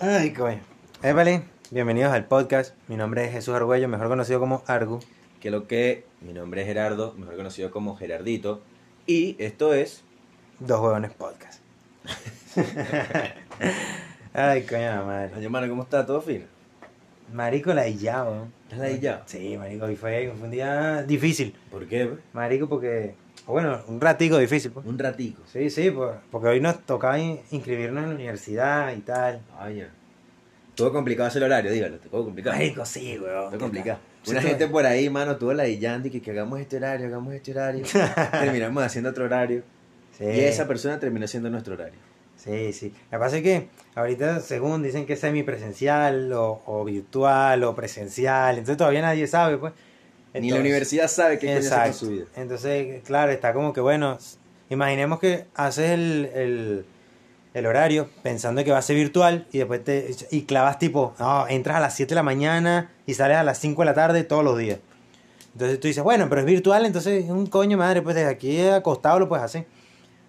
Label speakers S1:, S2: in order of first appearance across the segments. S1: Ay, coño. Evelyn, bienvenidos al podcast. Mi nombre es Jesús Argüello, mejor conocido como Argu.
S2: Que lo que, mi nombre es Gerardo, mejor conocido como Gerardito, y esto es
S1: Dos Huevones Podcast. Ay, coño, la madre.
S2: Oye, mano, ¿cómo está? ¿Todo fino?
S1: Marico, la illado.
S2: ¿Has ladillado?
S1: Sí, marico, y fue, fue un día difícil.
S2: ¿Por qué? pues?
S1: Marico, porque. o Bueno, un ratico difícil, pues.
S2: Un ratico.
S1: Sí, sí, por- porque hoy nos tocaba in- inscribirnos en la universidad y tal.
S2: Vaya. Todo complicado es el horario, dígalo, todo complicado.
S1: Marico, sí, weón.
S2: Todo complicado.
S1: Sí,
S2: Una
S1: tú-
S2: gente por ahí, mano, tuvo la y que, que hagamos este horario, hagamos este horario. Terminamos haciendo otro horario.
S1: Sí.
S2: Y esa persona terminó siendo nuestro horario.
S1: Sí, sí. Lo que pasa es que ahorita, según dicen que es semipresencial o, o virtual o presencial, entonces todavía nadie sabe, pues.
S2: Ni la
S1: Entonces-
S2: universidad sabe qué coño hacer con
S1: Exacto.
S2: su vida.
S1: Entonces, claro, está como que, bueno, s- imaginemos que haces el, el, el horario pensando que va a ser virtual y después te y clavas tipo, no, entras a las 7 de la mañana y sales a las 5 de la tarde todos los días. Entonces tú dices, bueno, pero es virtual, entonces un coño madre, pues desde aquí acostado lo puedes hacer.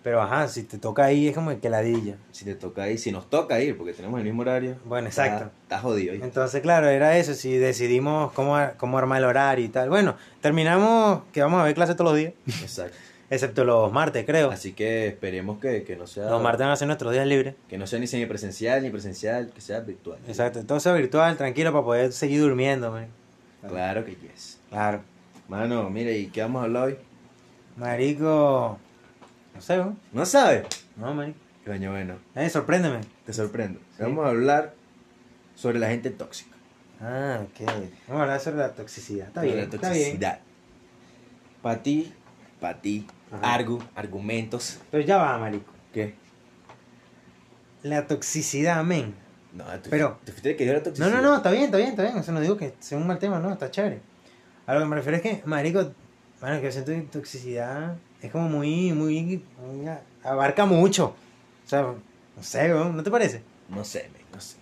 S1: Pero ajá, si te toca ahí es como que ladilla.
S2: Si te toca ir, si nos toca ir, porque tenemos el mismo horario.
S1: Bueno, exacto.
S2: Está, está jodido. ¿oíste?
S1: Entonces, claro, era eso, si decidimos cómo, ar- cómo armar el horario y tal. Bueno, terminamos que vamos a ver clases todos los días,
S2: Exacto.
S1: excepto los martes, creo.
S2: Así que esperemos que, que no sea
S1: Los martes van a ser nuestros días libres.
S2: que no sea ni semipresencial ni presencial, que sea virtual.
S1: Exacto, entonces virtual, tranquilo, para poder seguir durmiendo, man.
S2: Claro que yes.
S1: Claro.
S2: Mano, mire, ¿y qué vamos a hablar hoy?
S1: Marico. No sé, ¿no?
S2: ¿No sabes?
S1: No, marico.
S2: Coño, bueno,
S1: Eh, sorpréndeme.
S2: te sorprendo.
S1: Sí.
S2: Vamos a hablar sobre la gente tóxica.
S1: Ah, ok. Vamos a hablar sobre la toxicidad. Está bien,
S2: la
S1: está bien.
S2: toxicidad. Para ti, para ti,
S1: Ajá.
S2: argu, argumentos.
S1: Pero ya va, marico.
S2: ¿Qué?
S1: La toxicidad, men.
S2: No, tú,
S1: Pero-
S2: tú fuiste el que dio la
S1: No,
S2: toxicidad.
S1: no, no, está bien, está bien, está bien. Eso no digo que sea un mal tema, no, está chévere. A lo que me refiero es que, marico, bueno, que yo siento que toxicidad es como muy, muy, muy a- abarca mucho. O sea, no sé, ¿no? ¿no te parece?
S2: No sé, men, no sé.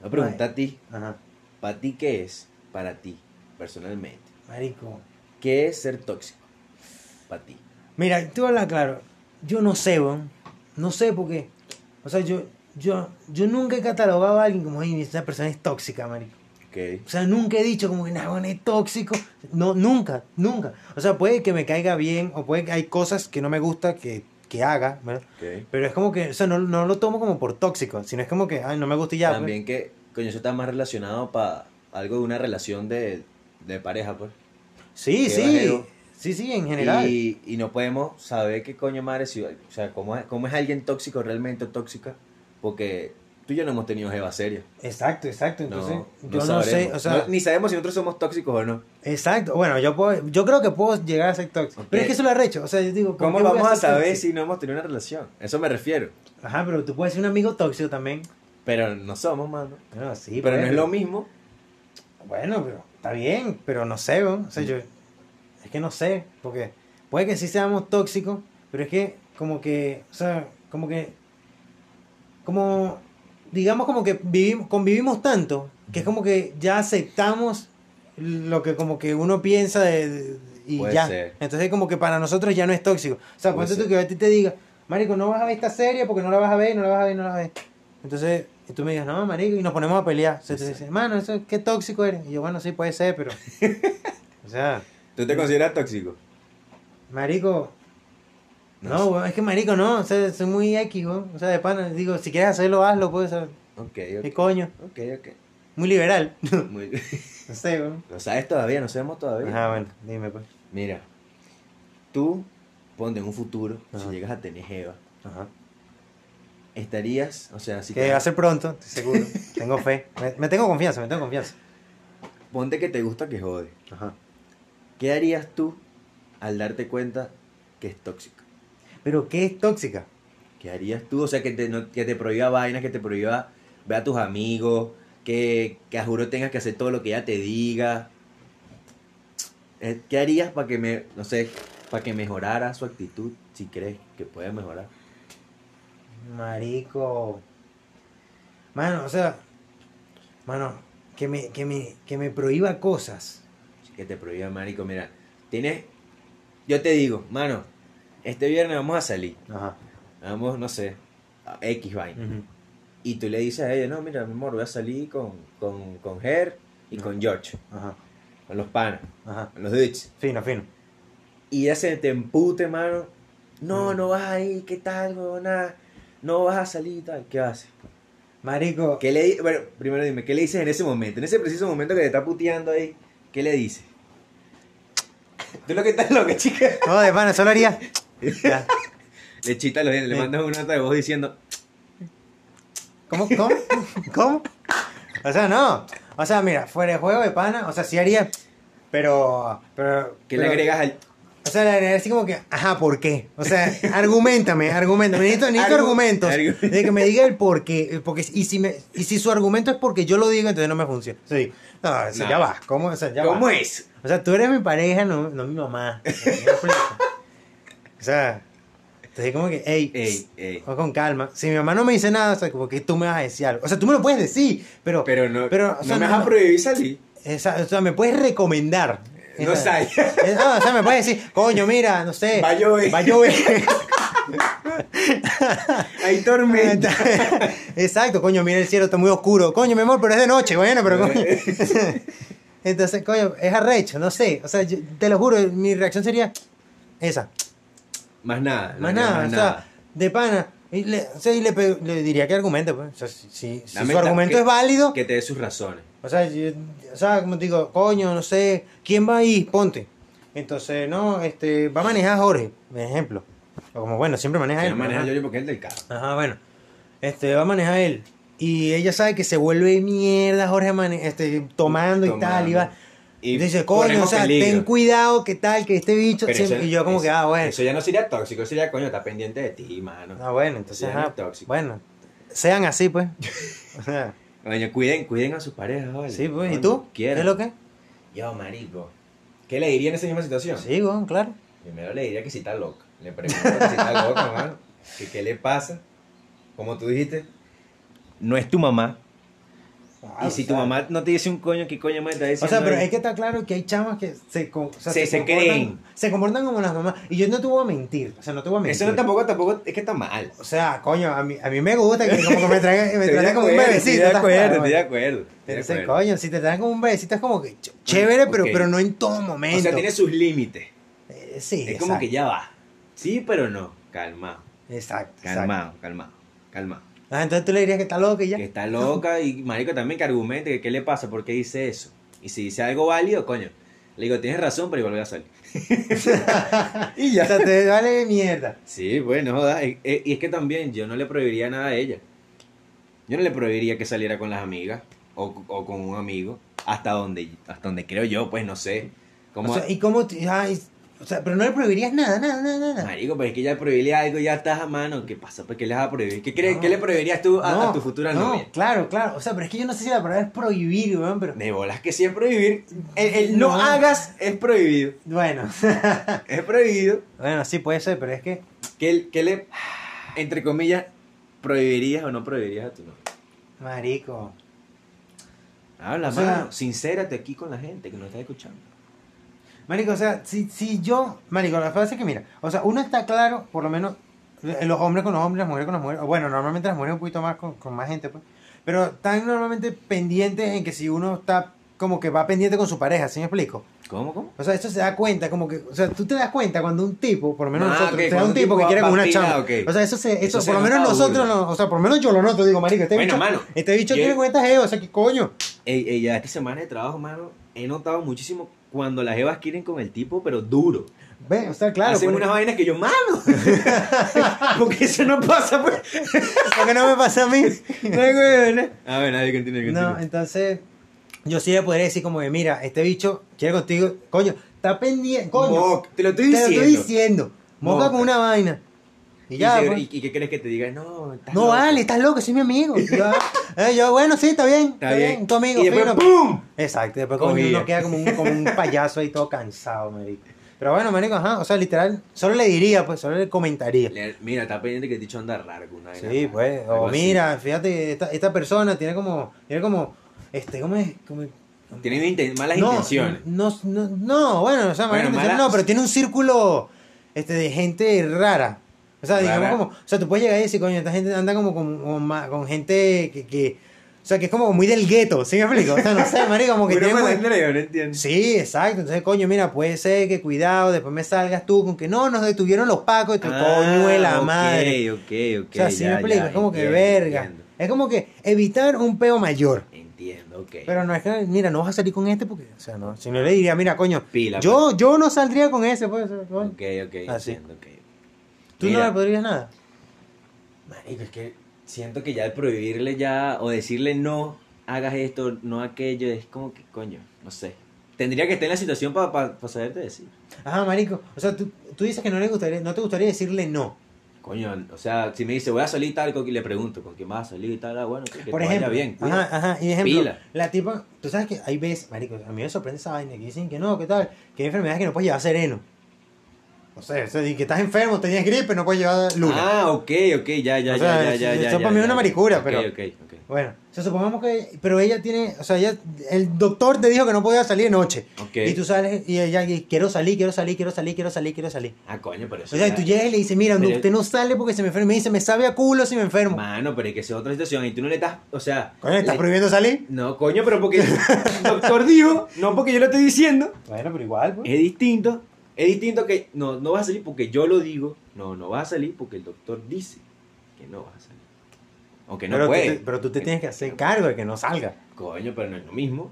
S2: Voy a preguntar a ti,
S1: Ajá.
S2: ¿para ti qué es? Para ti, personalmente.
S1: Marico.
S2: ¿Qué es ser tóxico? Para ti.
S1: Mira, tú hablas claro. Yo no sé, weón. No sé por qué. O sea, yo, yo, yo nunca he catalogado a alguien como, "Ay, esa persona es tóxica, marico.
S2: Ok.
S1: O sea, nunca he dicho como que "Nah, weón, es tóxico. No, nunca, nunca. O sea, puede que me caiga bien o puede que hay cosas que no me gusta que, que haga, ¿verdad?
S2: Ok.
S1: Pero es como que, o sea, no, no lo tomo como por tóxico, sino es como que, ay, no me gusta y ya. pues".
S2: También que, coño, eso está más relacionado para algo de una relación de, de pareja, pues.
S1: Sí,
S2: Qué
S1: sí.
S2: bajero.
S1: Sí, sí, en general.
S2: Y, y no podemos saber qué coño madre, si, o sea, cómo es, cómo es alguien tóxico realmente o tóxica, porque tú y yo no hemos tenido jeva seria.
S1: Exacto, exacto.
S2: No,
S1: Entonces,
S2: no
S1: yo no
S2: sabremos.
S1: sé, o sea.
S2: No- ni sabemos si nosotros somos tóxicos o no.
S1: Exacto, bueno, yo puedo, yo creo que puedo llegar a ser tóxico.
S2: Ok.
S1: Pero es que eso lo arrecho, o sea, yo digo, ¿con
S2: ¿Cómo
S1: qué voy
S2: vamos a
S1: ser
S2: saber
S1: tóxico?
S2: si no hemos tenido una relación? Eso me refiero.
S1: Ajá, pero tú puedes ser un amigo tóxico también.
S2: Pero no somos, mano.
S1: Bueno, sí,
S2: pero no
S1: pues,
S2: es lo mismo.
S1: Bueno, pero está bien, pero no sé, weón. o sea, yo es que no sé, porque puede que sí seamos tóxicos, pero es que como que, o sea, como que como digamos como que vivimos convivimos tanto que es como que ya aceptamos lo que como que uno piensa de, de- y
S2: Puede
S1: ya.
S2: ser.
S1: Entonces como que para nosotros ya no es tóxico. O sea,
S2: Puede
S1: ponte tú
S2: ser.
S1: que a ti te diga, "Marico, no vas a ver esta serie porque no la vas a ver, no la vas a ver, no la vas a ver." Entonces, y tú me digas, "No, marico", y nos ponemos a pelear. O sea, tú
S2: Exacto.
S1: dices, "Mano, eso qué tóxico eres." Y yo, "Bueno, sí puede ser, pero O sea,
S2: ¿Tú te consideras tóxico?
S1: marico, no,
S2: sé.
S1: weón, es que marico no, o sea, soy muy X, weón. O sea, de pana, digo, si quieres hacerlo, hazlo, pues, o sea,
S2: Ok,
S1: ¿qué
S2: ok.
S1: coño?
S2: Ok, ok.
S1: Muy liberal.
S2: Muy
S1: No sé, weón.
S2: No sabes todavía, no sabemos todavía.
S1: Ajá, bueno, dime pues.
S2: Mira, tú, ponte en un futuro,
S1: Ajá.
S2: si llegas a tener Jeva,
S1: Ajá.
S2: estarías, o sea, si
S1: que
S2: te-
S1: va a ser pronto, estoy seguro. tengo fe. Me, me tengo confianza, me tengo confianza.
S2: ponte que te gusta que jode.
S1: Ajá.
S2: ¿Qué harías tú al darte cuenta que es tóxica?
S1: Pero ¿qué es tóxica?
S2: ¿Qué harías tú? O sea, que te, no- que te prohíba vainas, que te prohíba ver a tus amigos, que, que a juro tengas que hacer todo lo que ella te diga. Eh, ¿Qué harías para que me, no sé, para que mejorara su actitud, si crees que puede mejorar?
S1: Marico. Mano, o sea. Mano, que me, que me, que me prohíba cosas.
S2: Así que te prohíba, marico. Mira, tienes. Yo te digo, mano, este viernes vamos a salir.
S1: Ajá. Mm.
S2: Vamos, no sé, a X vaina. Y tú le dices a ella, no, mira, mi amor, voy a salir con, con, con Her y con George,
S1: Ajá,
S2: con los panas,
S1: ajá.
S2: con los dudes.
S1: Fino, fino.
S2: Y ella se te empute, mano. No,
S1: Mm.
S2: no vas ahí, ¿qué tal, huevona? No vas a salir y tal. ¿Qué haces?
S1: Marico,
S2: ¿Qué le di- Bueno, primero dime, ¿qué le dices en ese momento? En ese preciso momento que te está puteando ahí, ¿qué le dices? Tú lo que estás loca, chica.
S1: no, de pana, solo haría. Ya.
S2: Le chita los dientes, le
S1: Sí.
S2: mandas una nota de voz diciendo,
S1: ¿Cómo? ¿Cómo? ¿Cómo? O sea, no. O sea, mira, fuera de juego de pana, o sea, sí haría. Pero. pero
S2: ¿qué le
S1: pero-
S2: agregas al.
S1: O sea, le agregaría así como que, ajá, ¿por qué? O sea, argumentame, argumentame. Necesito, necesito
S2: Argu-
S1: argumentos.
S2: argu-
S1: De que me diga el por qué. Porque, y, si me, y si su argumento es porque yo lo digo, entonces no me funciona. Sí. No, o sea,
S2: No.
S1: ya va. ¿Cómo, o sea, ya
S2: ¿Cómo
S1: va.
S2: es?
S1: O sea, tú eres mi pareja, no, no mi mamá. O sea, me explico. O sea, entonces como que, hey,
S2: Ey, ey.
S1: o con calma. Si mi mamá no me dice nada, o sea, como que tú me vas a decir algo. O sea, tú me lo puedes decir, pero.
S2: Pero no,
S1: pero, o
S2: no
S1: sea,
S2: me
S1: no,
S2: vas a
S1: no.
S2: prohibir salir.
S1: esa- o sea, me puedes recomendar.
S2: No
S1: Esa-
S2: sale.
S1: Eh, ah, o sea, me puedes decir, coño, mira, no sé.
S2: Va a llover.
S1: Va a llover.
S2: Hay tormenta.
S1: Exacto, coño, mira el cielo, está muy oscuro. Coño, mi amor, pero es de noche, bueno, pero coño. Entonces, coño, es arrecho, no sé. O sea, yo- te lo juro, mi reacción sería esa.
S2: Más nada. no
S1: Más
S2: digas
S1: nada, o sea, de pana. Y le, o sea, y le, pe- le diría que argumente, pues. O sea, si, si- si
S2: Dame
S1: su
S2: ta-
S1: argumento
S2: que-
S1: es válido,
S2: Que te dé sus razones.
S1: o sea, yo- o sea, como te digo, coño, no sé, ¿quién va ahí? Ponte. Entonces, no, este, va a manejar Jorge, por ejemplo. O como, bueno, siempre maneja
S2: Si
S1: él.
S2: no
S1: pero
S2: maneja
S1: ajá.
S2: yo, yo porque es del carro.
S1: Ajá, bueno. Este, va a manejar él. Y ella sabe que se vuelve mierda Jorge mane- este, tomando, y tal. Y va. Y dice, coño, o
S2: ponemos
S1: sea,
S2: peligro".
S1: ten cuidado, que tal, que este bicho.
S2: Pero
S1: siempre-
S2: eso-
S1: y yo, como
S2: eso-
S1: que, ah, bueno.
S2: Eso ya no sería tóxico, eso sería, coño, está pendiente de ti, mano.
S1: Ah, bueno, entonces,
S2: Eso ya no
S1: ajá,
S2: es tóxico.
S1: Bueno, sean así, pues. O sea,
S2: Coño, cuiden, cuiden a sus parejas, vale.
S1: sí, pues. ¿Y
S2: Coño,
S1: tú? ¿Qué
S2: Quieran.
S1: es lo que?
S2: Yo, marico. ¿Qué le diría en esa misma situación?
S1: Sí, bueno, claro.
S2: Primero le diría que si está loca. Le pregunto que si está loca, mano. Que qué le pasa. Como tú dijiste, no es tu mamá. y si tu mamá no te dice un coño, ¿qué coño más te dice?
S1: Ah, O sea, pero es que está claro que hay chamas que se, co- o sea,
S2: Se- se
S1: comportan-
S2: creen.
S1: Se comportan como las mamás. Y yo no te voy a mentir. O sea, no te voy a mentir.
S2: Eso no tampoco, tampoco, es que está mal.
S1: O sea, coño, a mí, a mí me gusta que como que me traigan me
S2: Estoy de
S1: traigan como un
S2: acuerdo,
S1: bebecito. pues.
S2: Estoy de
S1: ¿estás
S2: acuerdo,
S1: claro?
S2: estoy de acuerdo. estoy de
S1: Entonces,
S2: acuerdo.
S1: coño, si te traen como un bebecito es como que ch- chévere, pero,
S2: ok.
S1: pero no en todo momento.
S2: O sea, tiene sus límites.
S1: Eh, sí,
S2: Es como
S1: exacto,
S2: que ya va. Sí, pero no. Calmado,
S1: Exacto, exacto.
S2: calmado, calmado, calmado.
S1: Ah, entonces tú le dirías que está loco y ya.
S2: Que está loca y marico también que argumente que qué le pasa, por qué dice eso. Y si dice algo válido, coño. Le digo, tienes razón, pero igual voy a salir. y
S1: O sea, te vale mierda.
S2: Sí, bueno, joda. Eh, eh, Y es que también yo no le prohibiría nada a ella. Yo no le prohibiría que saliera con las amigas o, o con un amigo. Hasta donde, hasta donde creo yo, pues no sé. Como,
S1: O sea, y cómo... te- ay, o sea, pero no le prohibirías nada, nada, nada, nada.
S2: Marico, pero es que ya prohibirle algo, ya estás a mano. ¿Qué pasa? ¿Por qué le vas a prohibir? ¿Qué, crees,
S1: No.
S2: ¿qué le prohibirías tú a, a tu futura
S1: no,
S2: novia?
S1: claro, claro. O sea, pero es que yo no sé si la palabra es prohibir, weón, pero...
S2: De bolas que sí es prohibir. El, el no,
S1: No.
S2: hagas es prohibido.
S1: Bueno,
S2: Es prohibido.
S1: bueno, sí puede ser, pero es que...
S2: ¿Qué, qué le, entre comillas, prohibirías o no prohibirías a tu novia?
S1: Marico.
S2: Habla,
S1: O sea-
S2: mano. Sincérate aquí con la gente que nos está escuchando.
S1: Marico, o sea, si, si yo, Marico, la frase es que mira, o sea, uno está claro, por lo menos eh, los hombres con los hombres, las mujeres con las mujeres, o bueno, normalmente las mujeres un poquito más con, con más gente, pues, pero están normalmente pendientes en que si uno está como que va pendiente con su pareja, ¿sí me explico?
S2: ¿Cómo, cómo?
S1: O sea, eso se da cuenta, como que, o sea, tú te das cuenta cuando un tipo, por lo menos
S2: Ah,
S1: nosotros,
S2: ok,
S1: te da
S2: cuando
S1: un tipo que
S2: va-
S1: quiere
S2: va
S1: con una
S2: pila,
S1: chama.
S2: ok.
S1: O sea, eso se, eso,
S2: Eso se
S1: por lo menos
S2: nota
S1: nosotros,
S2: burda.
S1: no- o sea, por lo menos yo lo noto, digo, Marico, este
S2: Bueno,
S1: bicho,
S2: mano,
S1: este bicho
S2: yo-
S1: quiere con esta jeva, o sea, que coño.
S2: Ey, ey, ya esta semana de trabajo, mano, he notado muchísimo cuando las evas quieren con el tipo, pero duro.
S1: Ve, o sea, claro.
S2: Hacen
S1: porque-
S2: unas vainas que yo, mano. Porque eso no pasa, pues.
S1: ¿Por qué no me pasa a mí?
S2: A ver, nadie continúe, continúe.
S1: No, entonces yo sí le podría decir como que, mira, este bicho quiere contigo, coño, está pendiente, coño,
S2: Moca, te lo estoy
S1: te lo
S2: diciendo.
S1: estoy diciendo, moca,
S2: Moca.
S1: con una vaina. Y
S2: Y,
S1: ya,
S2: se-
S1: pues,
S2: y- y qué crees que te diga? No, estás
S1: no
S2: loco.
S1: vale, estás loco, soy mi amigo. Y yo, ah, eh, yo, bueno, sí, está bien,
S2: Está bien.
S1: tu amigo,
S2: Y después,
S1: fino.
S2: ¡pum!
S1: Exacto, y después coño,
S2: Cogía.
S1: uno queda como un, como un payaso ahí todo cansado, marico. Pero bueno, marico, ajá, o sea, literal, solo le diría, pues, solo le comentaría.
S2: Le- Mira, está pendiente que el dicho anda raro. con Una vaina
S1: Sí,
S2: rara,
S1: pues.
S2: algo
S1: O
S2: así.
S1: mira, fíjate, esta, esta persona tiene como. Tiene como. Este, ¿cómo es? Como,
S2: Tienen inte- malas
S1: no,
S2: intenciones.
S1: No, no, no, bueno, o sea, malas
S2: Bueno,
S1: intenciones
S2: malas-
S1: no, pero tiene un círculo este, de gente rara. O sea, digamos
S2: Rara.
S1: como, o sea, tú puedes llegar y decir, coño, esta gente anda como con, con, ma- con gente que, que, o sea, que es como muy del gueto, ¿sí me explico? O sea, no sé, marico, como que
S2: Uno
S1: tiene
S2: con
S1: muy-
S2: la gente, yo no entiendo.
S1: Sí, exacto. Entonces, coño, mira, puede ser que cuidado, después me salgas tú con que no, nos detuvieron los pacos y tú, coño de la
S2: Ah, ok,
S1: madre.
S2: Ok, ok,
S1: o sea,
S2: sí
S1: sí me explico, es como que verga. Es como que evitar un peo mayor.
S2: Entiendo, ok.
S1: Pero no es que, mira, no vas a salir con este porque, o sea, no, si no le diría, mira, coño,
S2: Pila,
S1: yo, yo no saldría con ese, pues, coño.
S2: Ok, ok,
S1: Así.
S2: entiendo, ok.
S1: Tú no
S2: Mira,
S1: le podrías nada.
S2: marico, es que siento que ya el prohibirle ya o decirle no hagas esto, no aquello, es como que coño, no sé. Tendría que estar en la situación para saberte decir.
S1: Ajá, marico. O sea, tú, tú dices que no le gustaría, no te gustaría decirle no.
S2: Coño, o sea, si me dice voy a salir y tal, con- y le pregunto con quién vas a salir y tal, ah, bueno, que, que
S1: Por
S2: te vaya
S1: ejemplo,
S2: bien. cuida.
S1: ajá, ah, ajá, y ejemplo,
S2: Pila.
S1: la tipa, tú sabes que hay veces, marico, a mí me sorprende esa vaina que dicen que no, que tal, que hay enfermedades que no puedes llevar sereno. O sea, o sea, y que estás enfermo, tenías gripe, no puedes llevar luna.
S2: Ah, ok, ok, ya, ya,
S1: O
S2: ya,
S1: sea,
S2: ya, ya,
S1: eso
S2: ya,
S1: para
S2: ya,
S1: mí es
S2: ya,
S1: una
S2: ya.
S1: maricura,
S2: Ok,
S1: pero-
S2: ok, ok.
S1: Bueno, o sea, supongamos que, pero ella tiene, o sea, ella, el doctor te dijo que no podía salir de noche.
S2: Ok.
S1: Y tú sales y ella, y quiero salir, quiero salir, quiero salir, quiero salir, quiero salir.
S2: Ah, coño, pero eso
S1: O sea, y
S2: ya-
S1: tú llegas y le dices, mira,
S2: Pero-
S1: usted no sale porque se me enferma. Y me dice, me sabe a culo si me enfermo.
S2: Mano, pero es que esa es otra situación y tú no le estás, o sea...
S1: Coño, ¿estás
S2: le-
S1: prohibiendo salir?
S2: No, coño, pero porque el doctor dijo, no porque yo lo estoy diciendo.
S1: Bueno, pero igual, pues.
S2: Es distinto. Es distinto que no, no vas a salir porque yo lo digo. No, no vas a salir porque el doctor dice que no vas a salir. Aunque no
S1: pero, tú
S2: puede.
S1: te, pero tú te tienes que hacer cargo de que no salga.
S2: Coño, pero no es lo mismo.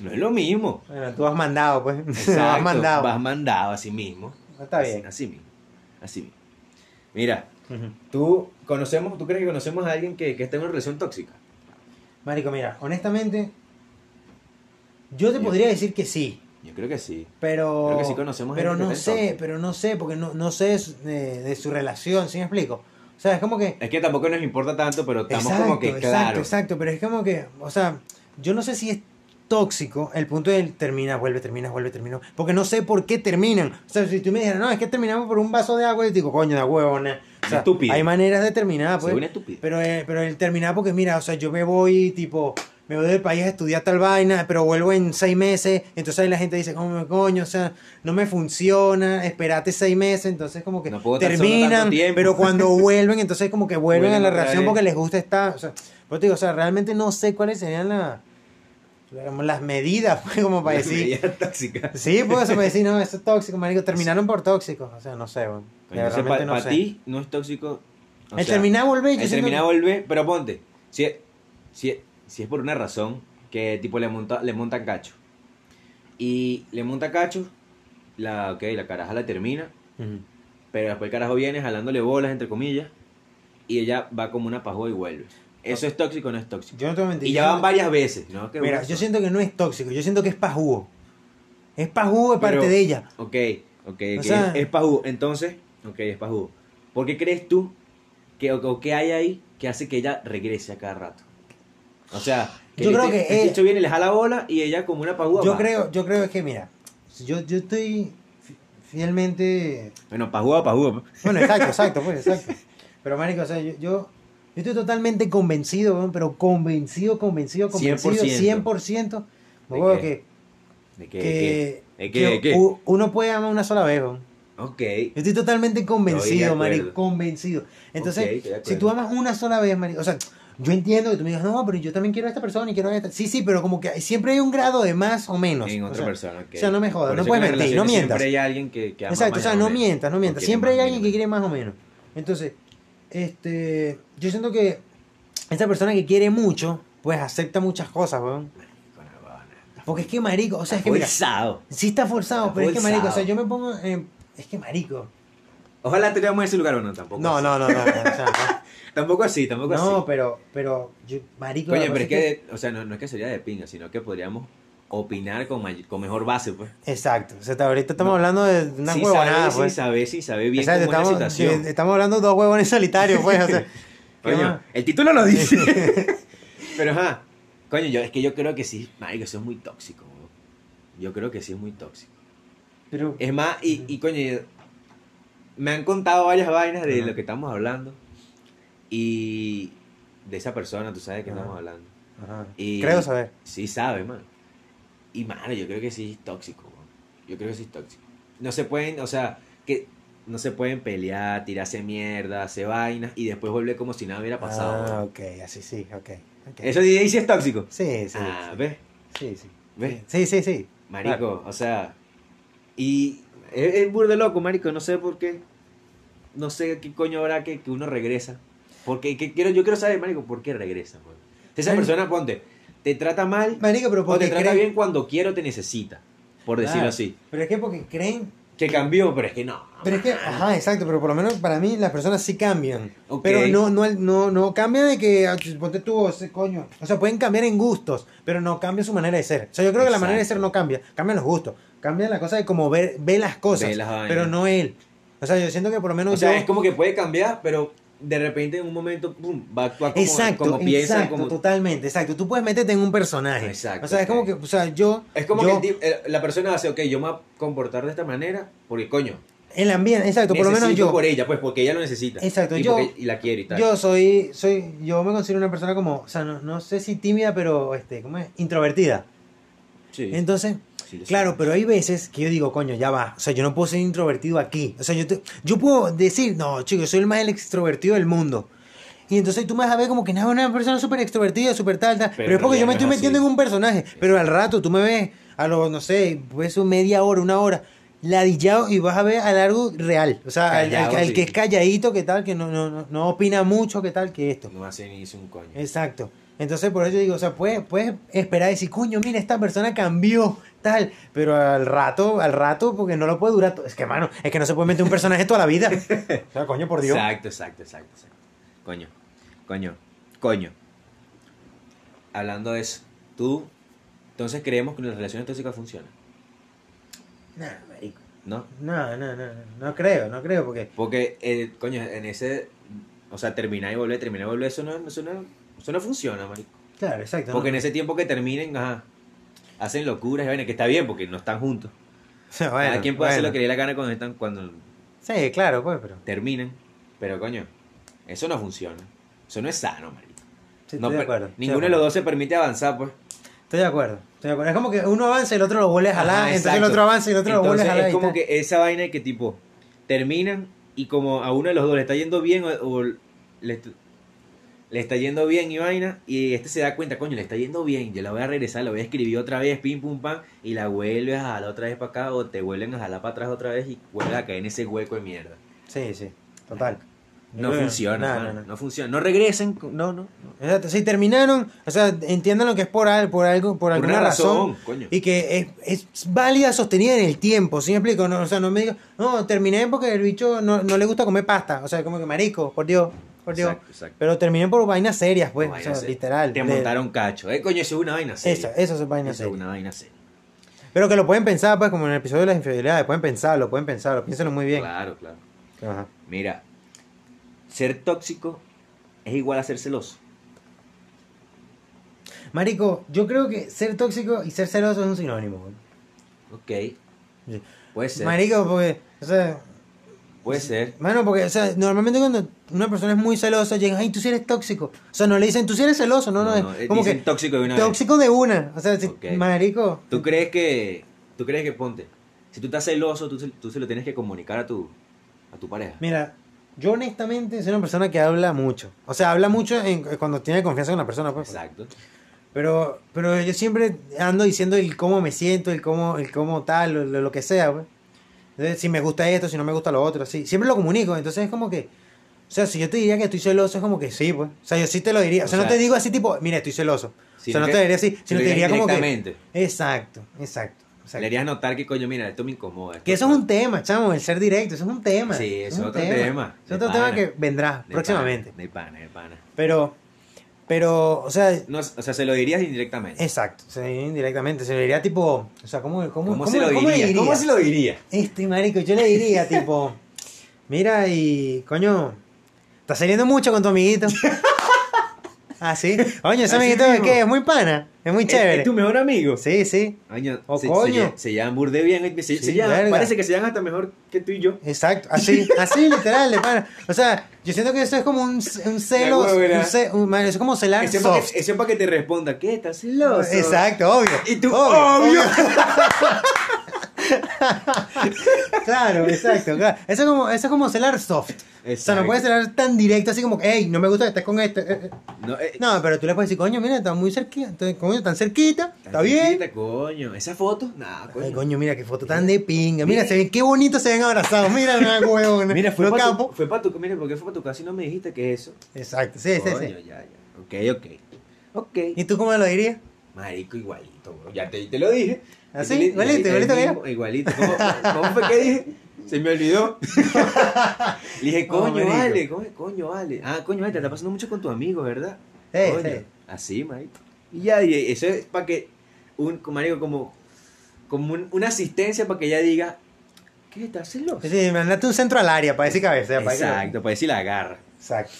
S2: No es lo mismo.
S1: Bueno, tú has mandado, pues. has
S2: Exacto,
S1: mandado.
S2: Vas mandado a sí mismo.
S1: No está bien.
S2: Así, así mismo. Así mismo. Mira, tú conocemos, ¿tú crees que conocemos a alguien que, que está en una relación tóxica?
S1: Marico, mira, honestamente, yo te podría decir que sí,
S2: Yo creo que sí.
S1: pero.
S2: Creo que sí conocemos
S1: Pero
S2: gente que
S1: no
S2: está en
S1: sé,
S2: tóxico.
S1: pero no sé, porque no, no sé su- de, de su relación, ¿sí me explico? O sea, es como que.
S2: Es que tampoco nos importa tanto, pero estamos como que
S1: exacto,
S2: claro.
S1: exacto, pero es como que, o sea, yo no sé si es tóxico el punto del termina, vuelve, termina, vuelve, termina, porque no sé por qué terminan. O sea, si tú me dijeras, no, es que terminamos por un vaso de agua, y digo, coño, de huevona. O sea,
S2: Estúpido.
S1: Hay maneras de terminar,
S2: Se
S1: pues.
S2: une estúpido.
S1: Pero, eh, pero el terminar, porque mira, o sea, yo me voy, tipo, me voy del país a estudiar tal vaina, pero vuelvo en seis meses. Entonces ahí la gente dice, como coño, o sea, no me funciona, esperate seis meses. Entonces, como que
S2: No puedo estar solo
S1: terminan,
S2: tanto tiempo.
S1: pero cuando vuelven, entonces, como que vuelven,
S2: Vuelven
S1: a la
S2: otra
S1: relación
S2: vez.
S1: porque les gusta estar. O sea, pero te digo, o sea, realmente no sé cuáles serían la- digamos, las medidas, pues, como para decir.
S2: Medidas tóxicas.
S1: Sí, pues eso para decir, no, eso es tóxico, marico. Terminaron por tóxicos. O sea, no sé, bueno.
S2: Entonces,
S1: Realmente no
S2: para
S1: sé.
S2: ti no es tóxico. o
S1: el
S2: sea,
S1: terminar, volver, yo
S2: el
S1: siento que-
S2: terminar vuelve, pero ponte, si es, si, es- si es por una razón que tipo le monta, le montan cacho. Y le monta cacho, la, ok, la caraja la termina,
S1: Ujú.
S2: pero después el carajo viene jalándole bolas, entre comillas, y ella va como una pajuda y vuelve. ¿Eso es tóxico o no es tóxico?
S1: Yo no te voy a mentir.
S2: Y
S1: yo
S2: ya
S1: siento-
S2: van varias veces, ¿no? Que
S1: Mira,
S2: una-
S1: yo siento que no es tóxico, yo siento que es pajugo. Es pajugo de parte
S2: Pero-
S1: de ella.
S2: Ok, ok,
S1: O
S2: ok,
S1: sea-
S2: es, es pajú. Entonces, ok, es pajú. ¿Por qué crees tú que o, o qué hay ahí que hace que ella regrese a cada rato? O sea,
S1: Yo
S2: el
S1: creo
S2: bicho-
S1: que
S2: el
S1: es-
S2: bicho viene, le jala bola y ella como una pajúa.
S1: Yo
S2: va.
S1: creo, yo creo que, mira, yo, yo estoy fi- fielmente.
S2: Bueno, pajúa, pajúa.
S1: Bueno, exacto, exacto, pues, exacto. Pero, marico, o sea, yo, yo, yo estoy totalmente convencido, weón, pero convencido, convencido, convencido, 100%.
S2: 100%.
S1: me
S2: ¿De
S1: acuerdo
S2: qué?
S1: que,
S2: ¿De qué?
S1: que,
S2: ¿De qué? ¿De
S1: que
S2: qué?
S1: u- uno puede amar una sola vez, weón.
S2: Ok.
S1: Yo estoy totalmente
S2: Estoy de
S1: convencido,
S2: acuerdo.
S1: marico, convencido. Entonces,
S2: Ok, estoy de acuerdo.
S1: si tú amas una sola vez, marico, o sea, yo entiendo que tú me digas, no, pero yo también quiero a esta persona y quiero a esta. Sí, sí, pero como que siempre hay un grado de más o menos.
S2: en
S1: o
S2: otra
S1: sea,
S2: persona. ok.
S1: o sea, no me jodas,
S2: Por
S1: no
S2: eso
S1: puedes
S2: que en
S1: mentir, no
S2: relaciones
S1: mientas.
S2: Siempre hay alguien que, que ama
S1: Exacto, o
S2: más
S1: sea, no
S2: menos.
S1: mientas, no mientas.
S2: Porque
S1: Siempre hay
S2: más
S1: alguien que
S2: menos.
S1: quiere más o menos. Entonces, este, yo siento que esa persona que quiere mucho, pues acepta muchas cosas, weón. Porque es que, marico, o sea, es que mira,
S2: Forzado.
S1: sí está forzado,
S2: Está
S1: pero es que, marico, o sea,
S2: forzado.
S1: yo me pongo, en- es que, marico.
S2: Ojalá tuviéramos ese lugar o no, tampoco.
S1: No,
S2: así.
S1: no, no, no, no, o sea, no.
S2: Tampoco así, tampoco así.
S1: No, pero, pero, yo, marico.
S2: Coño,
S1: la
S2: pero es
S1: cosa
S2: que, o sea, no, no es que sería de pinga, sino que podríamos opinar con, may- con mejor base, pues.
S1: Exacto. O sea, hasta ahorita estamos
S2: No.
S1: hablando de una
S2: sí
S1: huevonada,
S2: sabe,
S1: pues.
S2: sí sabe, sí sabe bien
S1: Exacto,
S2: cómo es
S1: estamos,
S2: la situación.
S1: sí, estamos hablando de dos huevones solitarios, pues. O sea, ¿qué más?
S2: Coño, el título lo dice. pero ajá, coño, yo, es que yo creo que sí, marico, eso es muy tóxico, weón. Yo creo que sí es muy tóxico.
S1: pero,
S2: Es más, y, y coño, me han contado varias vainas de
S1: Ajá.
S2: lo que estamos hablando y de esa persona, tú sabes de qué
S1: Ajá.
S2: estamos hablando.
S1: ajá.
S2: y-
S1: creo saber.
S2: Sí sabe, man. Y, mano, yo creo que sí es tóxico, weón. Yo creo que sí es tóxico. No se pueden, o sea, que no se pueden pelear, tirarse mierda, hacer vainas y después volver como si nada hubiera pasado.
S1: Ah, ok, así sí, ok. ok.
S2: Eso dice sí es tóxico.
S1: Sí, sí.
S2: ah,
S1: sí.
S2: ¿ves?
S1: Sí, sí.
S2: ¿Ves?
S1: Sí, sí, sí.
S2: Marico, o sea. Y es, es burde loco, marico. No sé por qué. No sé qué coño habrá que, que uno regresa. Porque que quiero, yo quiero saber, marico, por qué regresa. man? Esa
S1: Ay.
S2: persona, ponte, te trata mal
S1: Marico, pero
S2: o te
S1: porque
S2: trata
S1: creen-
S2: bien cuando quiero te necesita. Por decirlo
S1: Claro,
S2: así.
S1: Pero es que porque creen.
S2: Que cambió, pero es que no.
S1: Pero es que, ajá, exacto, pero por lo menos para mí las personas sí cambian.
S2: Ok.
S1: Pero no, no, no, no cambian de que ah, ponte tú, o sea, coño. O sea, pueden cambiar en gustos, pero no cambia su manera de ser. O sea, yo creo que la manera de ser
S2: Exacto.
S1: no cambia, cambian los gustos, cambian la cosa de cómo ver, ve las cosas,
S2: Ve las vainas.
S1: pero no él. O sea, yo siento que por lo menos
S2: o sea,
S1: yo-
S2: es como que puede cambiar, pero de repente en un momento, pum, va a actuar como,
S1: exacto,
S2: como piensa,
S1: exacto,
S2: como.
S1: totalmente, exacto. Tú puedes meterte en un personaje.
S2: Exacto,
S1: O sea, es como
S2: ok.
S1: que, o sea, yo
S2: Es como
S1: yo-
S2: que el tip- el- la persona hace, ok, yo me voy a comportar de esta manera, porque coño,
S1: el ambiente, exacto, por lo menos
S2: necesito
S1: yo
S2: por ella, pues porque ella lo necesita.
S1: Exacto,
S2: y
S1: yo-
S2: porque- y la quiere y tal.
S1: Yo soy, soy, yo me considero una persona como, o sea, no, no sé si tímida, pero, este, ¿cómo es? Introvertida.
S2: Sí,
S1: Entonces,
S2: sí, lo
S1: claro,
S2: sé.
S1: pero hay veces que yo digo, coño, ya va, o sea, yo no puedo ser introvertido aquí. O sea, yo, te- yo puedo decir, no, chico, yo soy el más el extrovertido del mundo. Y entonces tú me vas a ver como que nada, una persona súper extrovertida, súper tal, tal. Pero,
S2: Pero
S1: es porque yo
S2: ya
S1: me
S2: no es
S1: estoy metiendo en
S2: así.
S1: un personaje. Pero al rato tú me ves, a los, no sé, pues media hora, una hora, ladillado y vas a ver a largo real. O sea, al,
S2: Callado,
S1: al- al
S2: sí.
S1: que es calladito, que tal, que no, no, no, no opina mucho, que tal, que esto.
S2: No hace ni hizo un coño.
S1: Exacto. Entonces, por eso digo, o sea, puedes, puedes esperar y decir, coño, mira, esta persona cambió, tal, pero al rato, al rato, porque no lo puede durar. to- Es que, mano, es que no se puede meter un personaje toda la vida. O sea, coño, por Dios.
S2: Exacto, exacto, exacto, exacto. Coño, coño, coño. Hablando de eso, tú, entonces creemos que las relaciones tóxicas funcionan,
S1: No,
S2: ¿no?
S1: no, no, no, no creo, no creo, porque.
S2: Porque, eh, coño, en ese, o sea, terminar y volver, terminar y volver, eso no, eso no, eso no funciona, marico.
S1: Claro, exacto.
S2: Porque en
S1: no.
S2: ese tiempo que terminen, ajá, hacen locuras y vaina, que está bien porque no están juntos.
S1: O sea,
S2: Cada
S1: bueno,
S2: quien puede hacer
S1: bueno.
S2: lo que le dé la gana cuando, están, cuando
S1: Sí, claro, pues, pero.
S2: terminan. Pero coño, eso no funciona. Eso no es sano, marico.
S1: sí,
S2: No,
S1: estoy de
S2: per-
S1: acuerdo. estoy
S2: ninguno de los
S1: acuerdo.
S2: dos se permite avanzar, pues.
S1: Estoy de acuerdo, estoy de acuerdo. Es como que uno avanza y el otro lo vuelve a jalar,
S2: Ajá,
S1: entonces el
S2: exacto.
S1: otro avanza y el otro lo vuelve a
S2: Entonces,
S1: jalar.
S2: es
S1: y
S2: como
S1: tal.
S2: que esa vaina que tipo, terminan y como a uno de los dos le está yendo bien o, o le, est- le está yendo bien y vaina, y este se da cuenta, coño, le está yendo bien, yo la voy a regresar, la voy a escribir otra vez, pim, pum, pam, y la vuelves a jalar otra vez para acá o te vuelven a jalar para atrás otra vez y vuelves a caer en ese hueco de mierda.
S1: Sí, sí, total.
S2: No
S1: Yo creo-
S2: funciona,
S1: no,
S2: mano,
S1: no,
S2: no,
S1: no.
S2: funciona. No regresen, con- no, no. no.
S1: Exacto, si terminaron, o sea, entiendan lo que es por, al- por algo, por
S2: Por
S1: alguna
S2: una razón,
S1: razón,
S2: coño.
S1: y que es, es válida sostenida en el tiempo, ¿sí me explico? No, o sea, no me digas, no, terminé porque el bicho no, no le gusta comer pasta, o sea, como que marico, por Dios, por Dios.
S2: Exacto, exacto.
S1: Pero terminé por vainas serias, pues,
S2: No
S1: o
S2: vaina
S1: sea,
S2: seria.
S1: literal.
S2: Te
S1: de-
S2: montaron cacho. Eh, coño, eso es una vaina
S1: Eso,
S2: seria.
S1: eso es vaina
S2: Eso es
S1: seria.
S2: una vaina seria.
S1: Pero que lo pueden pensar, pues, como en el episodio de las infidelidades, pueden pensarlo, pueden pensarlo, piénsenlo muy bien.
S2: Claro, claro.
S1: Ajá.
S2: Mira, ser tóxico es igual a ser celoso.
S1: Marico, yo creo que ser tóxico y ser celoso es un sinónimo. güey.
S2: Ok. Puede ser.
S1: Marico, porque, o sea,
S2: puede ser.
S1: Mano, porque, o sea, normalmente cuando una persona es muy celosa, llegan, ay, tú sí eres tóxico. O sea, no le dicen, tú sí eres celoso, no, no,
S2: eh,
S1: es como
S2: dicen
S1: que
S2: tóxico de una
S1: tóxico de una. O sea, si-
S2: Ok.
S1: marico.
S2: vez. ¿Tú crees que, tú crees que ponte, si tú estás celoso, tú, se- tú se lo tienes que comunicar a tu, a tu pareja?
S1: Mira, yo honestamente soy una persona que habla mucho. O sea, habla mucho en- cuando tiene confianza con la persona, pues.
S2: Exacto.
S1: Pero, pero yo siempre ando diciendo el cómo me siento, el cómo, el cómo tal, lo, lo- lo que sea, güey. Entonces, si me gusta esto, si no me gusta lo otro, sí. Siempre lo comunico, entonces es como que. O sea, si yo te diría que estoy celoso, es como que sí, pues. O sea, yo sí te lo diría. O sea,
S2: O
S1: no
S2: sea,
S1: te digo así tipo, mira, estoy celoso. o sea,
S2: Sino
S1: no
S2: que-
S1: te diría así, sino,
S2: sino
S1: te
S2: que
S1: diría como que.
S2: indirectamente.
S1: Exacto, exacto. exacto.
S2: Le harías notar que, coño, mira, esto me incomoda. esto-
S1: Que eso es un tema, chamo, el ser directo, eso es un tema.
S2: Sí,
S1: eso
S2: es
S1: un
S2: otro tema,
S1: Es otro
S2: de
S1: tema
S2: pana.
S1: que vendrá
S2: de
S1: próximamente.
S2: pana, de pana, de pana.
S1: Pero, pero, o sea,
S2: No, o sea, se lo dirías indirectamente.
S1: Exacto, se indirectamente, se lo diría tipo, o sea, ¿cómo, cómo,
S2: ¿Cómo, se lo
S1: cómo le
S2: dirías?
S1: diría?
S2: ¿Cómo se lo dirías?
S1: Este marico, yo le diría tipo, mira y coño, estás saliendo mucho con tu amiguito. ah, sí. Coño, ese
S2: Así
S1: amiguito
S2: mismo.
S1: que es muy pana, es muy chévere.
S2: ¿Es tu mejor amigo?
S1: Sí, sí.
S2: Coño,
S1: O
S2: se,
S1: Oh, coño.
S2: se lle- se llevan burde bien. se-
S1: Sí,
S2: se llevan-
S1: verga.
S2: parece que se llevan hasta mejor que tú y yo.
S1: Exacto, así, así literal, de pana. O sea, yo siento que eso es como un, un celo,
S2: La huevona.
S1: un ce- un- man, eso es como celar
S2: Eso es para
S1: soft.
S2: que, eso es pa' que te responda, ¿qué? ¿Estás celoso?
S1: Exacto, obvio.
S2: Y tú, obvio.
S1: Claro, exacto. claro. Eso es como, eso es como celar soft. O sea, no
S2: Exacto.
S1: puedes celar tan directo así como, hey, no me gusta que estés con este. eh, eh".
S2: No, eh,
S1: No, pero tú le puedes decir, coño, mira, está muy cerquita, está- coño, tan cerquita,
S2: tan
S1: está bien.
S2: chiquita, coño. Esa foto, nada,
S1: Ay,
S2: coño.
S1: coño, mira qué foto tan de pinga. Mira, se ven, qué bonito se ven abrazados. Mira, una huevona.
S2: Mira, fue
S1: Los
S2: para tu,
S1: capos.
S2: fue pa' tu, mira, porque fue para tu casa y no me dijiste que eso.
S1: Exacto, sí, sí,
S2: Coño,
S1: sí.
S2: ya, ya. Ok, ok. Ok.
S1: ¿Y tú cómo lo dirías?
S2: Marico, igualito, bro. Ya te, te lo dije.
S1: ¿Ah,
S2: Te
S1: sí?
S2: lo-
S1: Igualito,
S2: te lo-
S1: igualito que
S2: mismo, Igualito. ¿Cómo, cómo fue que dije? Se me olvidó. Le dije,
S1: Oh,
S2: coño,
S1: marico.
S2: vale, coño, coño, vale. Ah, coño, vale, te está pasando mucho con tu amigo, ¿verdad?
S1: Sí,
S2: coño.
S1: sí.
S2: Así, marico. Y ya, y eso es para que, un, como, marico, como, como un- una asistencia para que ella diga, ¿qué? ¿Estás celoso?
S1: Sí, mandate un centro al área para decir cabeza. para decir-
S2: Exacto, para decir la agarra.
S1: Exacto.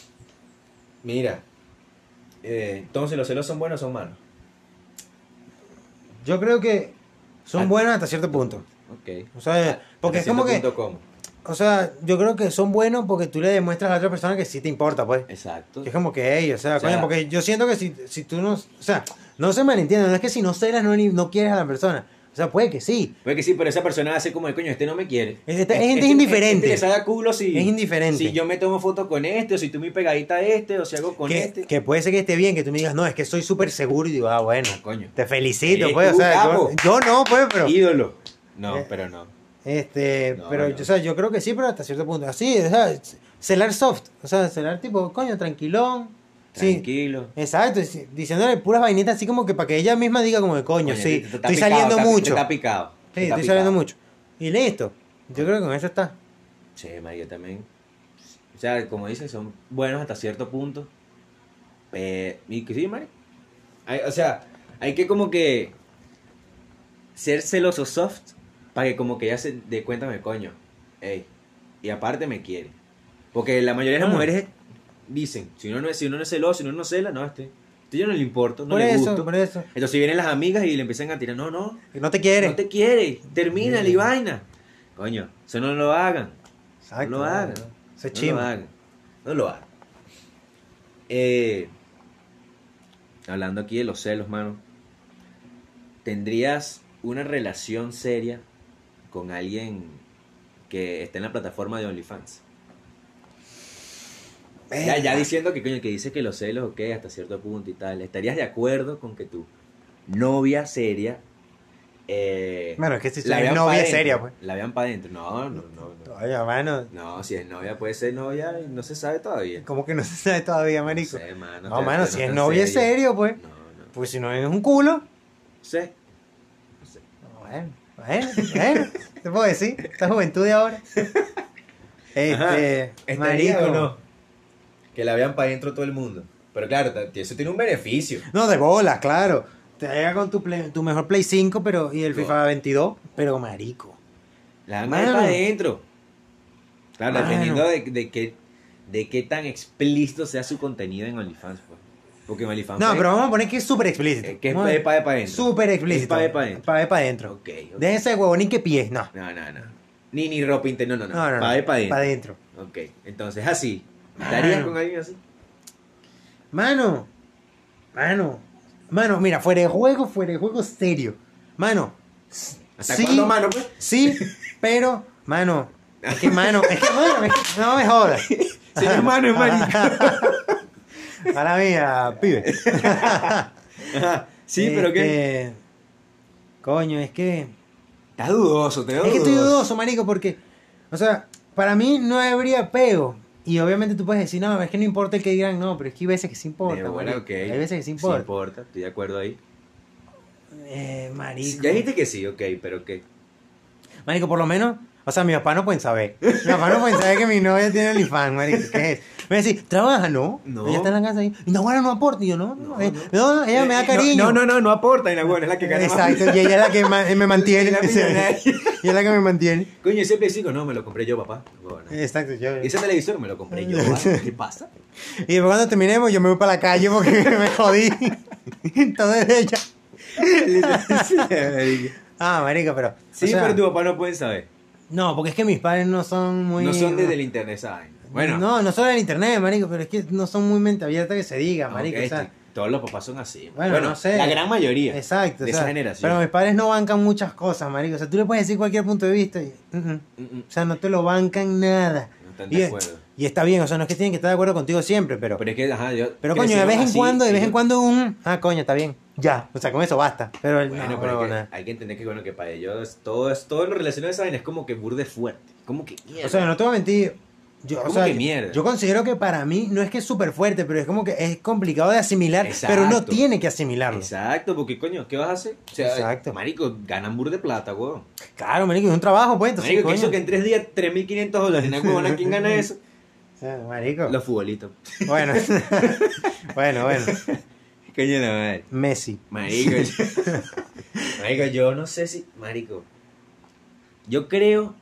S2: Mira, eh, entonces, ¿los celos son buenos o son malos?
S1: Yo creo que son
S2: Ah.
S1: buenos hasta cierto punto.
S2: Ok.
S1: O sea, porque es como que,
S2: Punto com.
S1: o sea, yo creo que son buenos porque tú le demuestras a la otra persona que sí te importa, pues.
S2: Exacto.
S1: Que Es como que, hey, o sea,
S2: O sea,
S1: coño, porque yo siento que si, si tú no, o sea, no se malentiende, no es que si no celas no, ni- no quieres a la persona. O sea, puede que sí.
S2: Puede Pues que sí, pero esa persona hace como el coño, este no me quiere.
S1: Es- esta- es gente indiferente.
S2: Este le saca culo si.
S1: Es indiferente.
S2: Si yo me tomo fotos con este, o si tú mi pegadita a este, o si hago con
S1: que,
S2: este.
S1: que puede ser que esté bien, que tú me digas, no, es que soy súper seguro y digo, ah, bueno,
S2: Coño.
S1: te felicito,
S2: Eres
S1: pues, o
S2: tú,
S1: sea, yo,
S2: capo.
S1: yo no, pues, pero...
S2: Ídolo. No,
S1: Eh.
S2: pero no.
S1: Este,
S2: No,
S1: pero
S2: no.
S1: Yo, o sea, yo creo que sí, pero hasta cierto punto. Así, o sea, celar soft, o sea, celar tipo, coño, tranquilón. Sí,
S2: Tranquilo.
S1: exacto, y sí, diciéndole puras vainitas así como que para que ella misma diga como de coño,
S2: Coño,
S1: sí,
S2: te- te está
S1: estoy
S2: picado,
S1: saliendo
S2: está- te
S1: mucho.
S2: Está picado. te
S1: sí,
S2: está
S1: estoy saliendo
S2: picado.
S1: mucho. Y listo. Yo creo que con eso está.
S2: Sí, María también. O sea, como dicen, son buenos hasta cierto punto. Pero, y que sí, Mari. Hay- o sea, hay que como que ser celoso soft para que como que ya se dé cuenta, me coño. Ey, y aparte me quiere. Porque la mayoría de las
S1: Ah.
S2: mujeres dicen, si uno no es, si uno no es celoso, si uno no cela, no, este, este yo no le importo, no
S1: por
S2: le
S1: eso,
S2: gusto.
S1: por eso.
S2: Entonces vienen las amigas y le empiezan a tirar, no, no,
S1: No te quiere.
S2: no te quiere, termina la
S1: Mm.
S2: vaina. Coño, eso no lo hagan.
S1: Exacto,
S2: no lo hagan.
S1: Eso es
S2: No lo
S1: chimbo.
S2: hagan. No lo hagan. Eh, hablando aquí de los celos, mano. ¿Tendrías una relación seria con alguien que esté en la plataforma de OnlyFans? Ya, ya diciendo que coño, que dice que los celos, ok, hasta cierto punto y tal. ¿Estarías de acuerdo con que tu novia seria... eh,
S1: Bueno, es que si
S2: la
S1: la
S2: vean pa'
S1: novia es
S2: dentro?
S1: seria, pues.
S2: La vean para adentro. No, no, no. no.
S1: Oye, mano,
S2: No, si es novia puede ser novia y no se sabe todavía.
S1: como que no se sabe todavía,
S2: No
S1: marico.
S2: sé, mano.
S1: No,
S2: te-
S1: mano,
S2: te-
S1: si
S2: no
S1: es
S2: te
S1: novia es
S2: enseño.
S1: serio, pues.
S2: No, no.
S1: Pues si no es un culo.
S2: Sé.
S1: Bueno, bueno, bueno, te puedo decir, esta juventud de ahora. Este,
S2: Estaría
S1: marico,
S2: o no. Que la vean para adentro todo el mundo. Pero claro, ta- eso tiene un beneficio.
S1: No, de bolas, claro. Te llega con tu, play- tu mejor Play 5 pero, y el
S2: Go.
S1: FIFA 22, pero marico.
S2: La van
S1: Mano.
S2: para adentro. Claro,
S1: Mano.
S2: dependiendo de, de qué, de qué tan explícito sea su contenido en OnlyFans. Pues. Porque en OnlyFans.
S1: No,
S2: pues,
S1: pero vamos a poner que es súper
S2: eh,
S1: explícito.
S2: Que es
S1: Vamos a-
S2: para para adentro.
S1: Súper explícito.
S2: Es pa' de pa' dentro.
S1: Pa' de pa' dentro.
S2: Ok, ok.
S1: Déjense de huevonín que pies, no.
S2: No, no, no. Ni, ni ropa interna, no, no.
S1: No, no, no.
S2: Para adentro.
S1: Pa' dentro.
S2: Ok, entonces así. ¿Estarías
S1: Mano.
S2: con alguien así?
S1: Mano, mano, mano, mira, fuera de juego, fuera de juego serio. Mano,
S2: ¿Hasta
S1: Sí.
S2: cuándo, mano? pues?
S1: Sí, pero, mano, es que, mano, es que, mano, es que- no me jodas.
S2: Sí, es mano, es marica.
S1: Para mía, pibe.
S2: Ajá. Sí, pero ¿qué?
S1: Este, Coño, es que.
S2: Estás dudoso, te veo
S1: Es que estoy dudoso, marico, porque. O sea, para mí no habría pego. Y obviamente tú puedes decir, no, es que no importa el que digan, no, pero es que hay veces que sí importa.
S2: De bola,
S1: marico.
S2: ok.
S1: Hay veces que sí
S2: Sí
S1: importa.
S2: importa, estoy de acuerdo ahí.
S1: Eh, marico.
S2: Ya dijiste que sí, ok, pero ¿qué?
S1: Marico, por lo menos, o sea, mi papá no pueden saber. Mi papá no pueden saber que mi novia tiene el IFAN, marico. ¿Qué es? Me dice, trabaja, ¿no?
S2: No.
S1: Ella está en la casa y, no, bueno, no aporta. Y yo, no, no,
S2: No,
S1: eh,
S2: no.
S1: no, ella me da
S2: Eh,
S1: cariño.
S2: No, no, no, no aporta, Inagüero, es la que gana
S1: Exacto, y ella es la que ma- me mantiene.
S2: La millonaria.
S1: Sí, y es la que me mantiene.
S2: más. Coño, ese PS5 no, me lo compré yo, papá. No, no.
S1: Exacto, yo. eh.
S2: Ese televisor me lo compré yo, ¿vale? ¿qué pasa?
S1: Y después cuando terminemos, yo me voy para la calle porque me jodí. Entonces ella. Ah, marico, pero. o
S2: sí,
S1: sea,
S2: pero tu papá no puede saber.
S1: No, porque es que mis padres no son muy.
S2: No son desde el internet, ¿saben? Bueno,
S1: No, no solo en internet, marico, pero es que no son muy mente abierta que se diga,
S2: ok,
S1: marico. o sea,
S2: este, Todos los papás son así.
S1: Bueno, no sé.
S2: La gran mayoría.
S1: Exacto.
S2: De
S1: o sea,
S2: esa generación.
S1: Pero mis padres no bancan muchas cosas, marico. O sea, tú le puedes decir cualquier punto de vista y... mm, mm.
S2: Mm, mm,
S1: O sea, no te lo bancan nada.
S2: No están
S1: Y
S2: de
S1: es-
S2: acuerdo.
S1: Y está bien, o sea, no es que tienen que estar de acuerdo contigo siempre, pero...
S2: Pero es que, ajá, yo-
S1: Pero coño, de
S2: crecieron
S1: vez en
S2: así,
S1: cuando, de vez en
S2: ellos-
S1: cuando un... Ah, coño, está bien. Ya, o sea, con eso basta. Pero el-
S2: Bueno,
S1: no,
S2: pero
S1: no,
S2: es que
S1: nada.
S2: hay que entender que, bueno, que para ellos todo, es, todo lo relacionado a esa vaina es como que burde fuerte. Como que mierda.
S1: O sea, no te voy a mentir. Yo, o
S2: ¿Cómo
S1: sea,
S2: que mierda?
S1: yo considero que para mí no es que es súper fuerte, pero es como que es complicado de asimilar,
S2: Exacto.
S1: pero uno tiene que asimilarlo.
S2: Exacto, porque coño, ¿qué vas a hacer? O sea,
S1: Exacto.
S2: marico, ganan burde plata, weón.
S1: Claro, marico, es un trabajo, pues, entonces,
S2: Marico, que
S1: coño.
S2: eso que en tres días 3.500 dólares, ¿no, huevona? ¿Quién gana eso?
S1: Ah, marico.
S2: Los futbolitos.
S1: Bueno. bueno, bueno.
S2: Coño, la madre.
S1: Messi.
S2: Marico, yo... Marico, yo no sé si... Marico, yo creo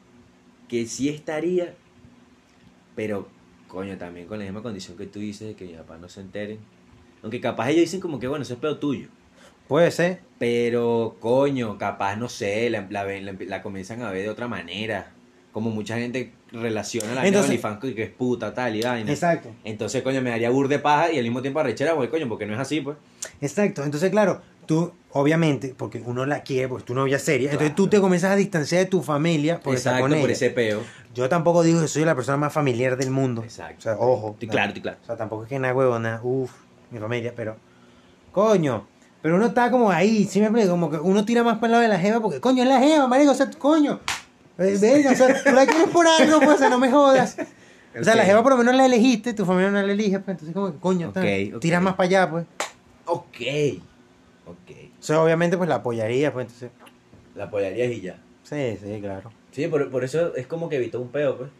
S2: que sí estaría, pero coño, también con la misma condición que tú dices de que mis papás no se enteren. Aunque capaz ellos dicen como que, bueno, eso es pedo tuyo.
S1: Puede ser.
S2: Pero, coño, capaz, no sé, la, la, ven- la, la comienzan a ver de otra manera. Como mucha gente relaciona a la vaina de
S1: Entonces-
S2: OnlyFans con que es puta, tal y vaina.
S1: Exacto.
S2: Entonces, coño, me daría bur de paja y al mismo tiempo arrechera, güey, coño, porque no es así, pues.
S1: Exacto. Entonces, claro, tú, obviamente, porque uno la quiere, porque tú no novia seria, entonces tú
S2: Claro.
S1: te comienzas a distanciar de tu familia por estar
S2: Exacto,
S1: con
S2: por
S1: ella.
S2: ese peo.
S1: Yo tampoco digo que soy la persona más familiar del mundo.
S2: Exacto.
S1: O sea, ojo.
S2: Estoy claro, estoy claro.
S1: O sea, tampoco es que una huevona, uff, mi familia, pero. Coño. Pero uno está como ahí, sí me explico, como que uno tira más para el lado de la jeva porque, coño, es la jeva, marico, o sea, coño. Eh, Verga, o sea, tú la quieres por algo, pues, o sea, no me jodas. O sea, la
S2: Ok.
S1: jeva por lo menos la elegiste, tu familia no la elige, pues, entonces como que, coño, está,
S2: Ok, ok.
S1: tiras más para allá, pues.
S2: Ok. Ok.
S1: O sea, obviamente, pues, la apoyaría, pues, entonces.
S2: La apoyarías y ya.
S1: Sí, sí, claro.
S2: Sí, por, por eso es como que evitó un peo, pues.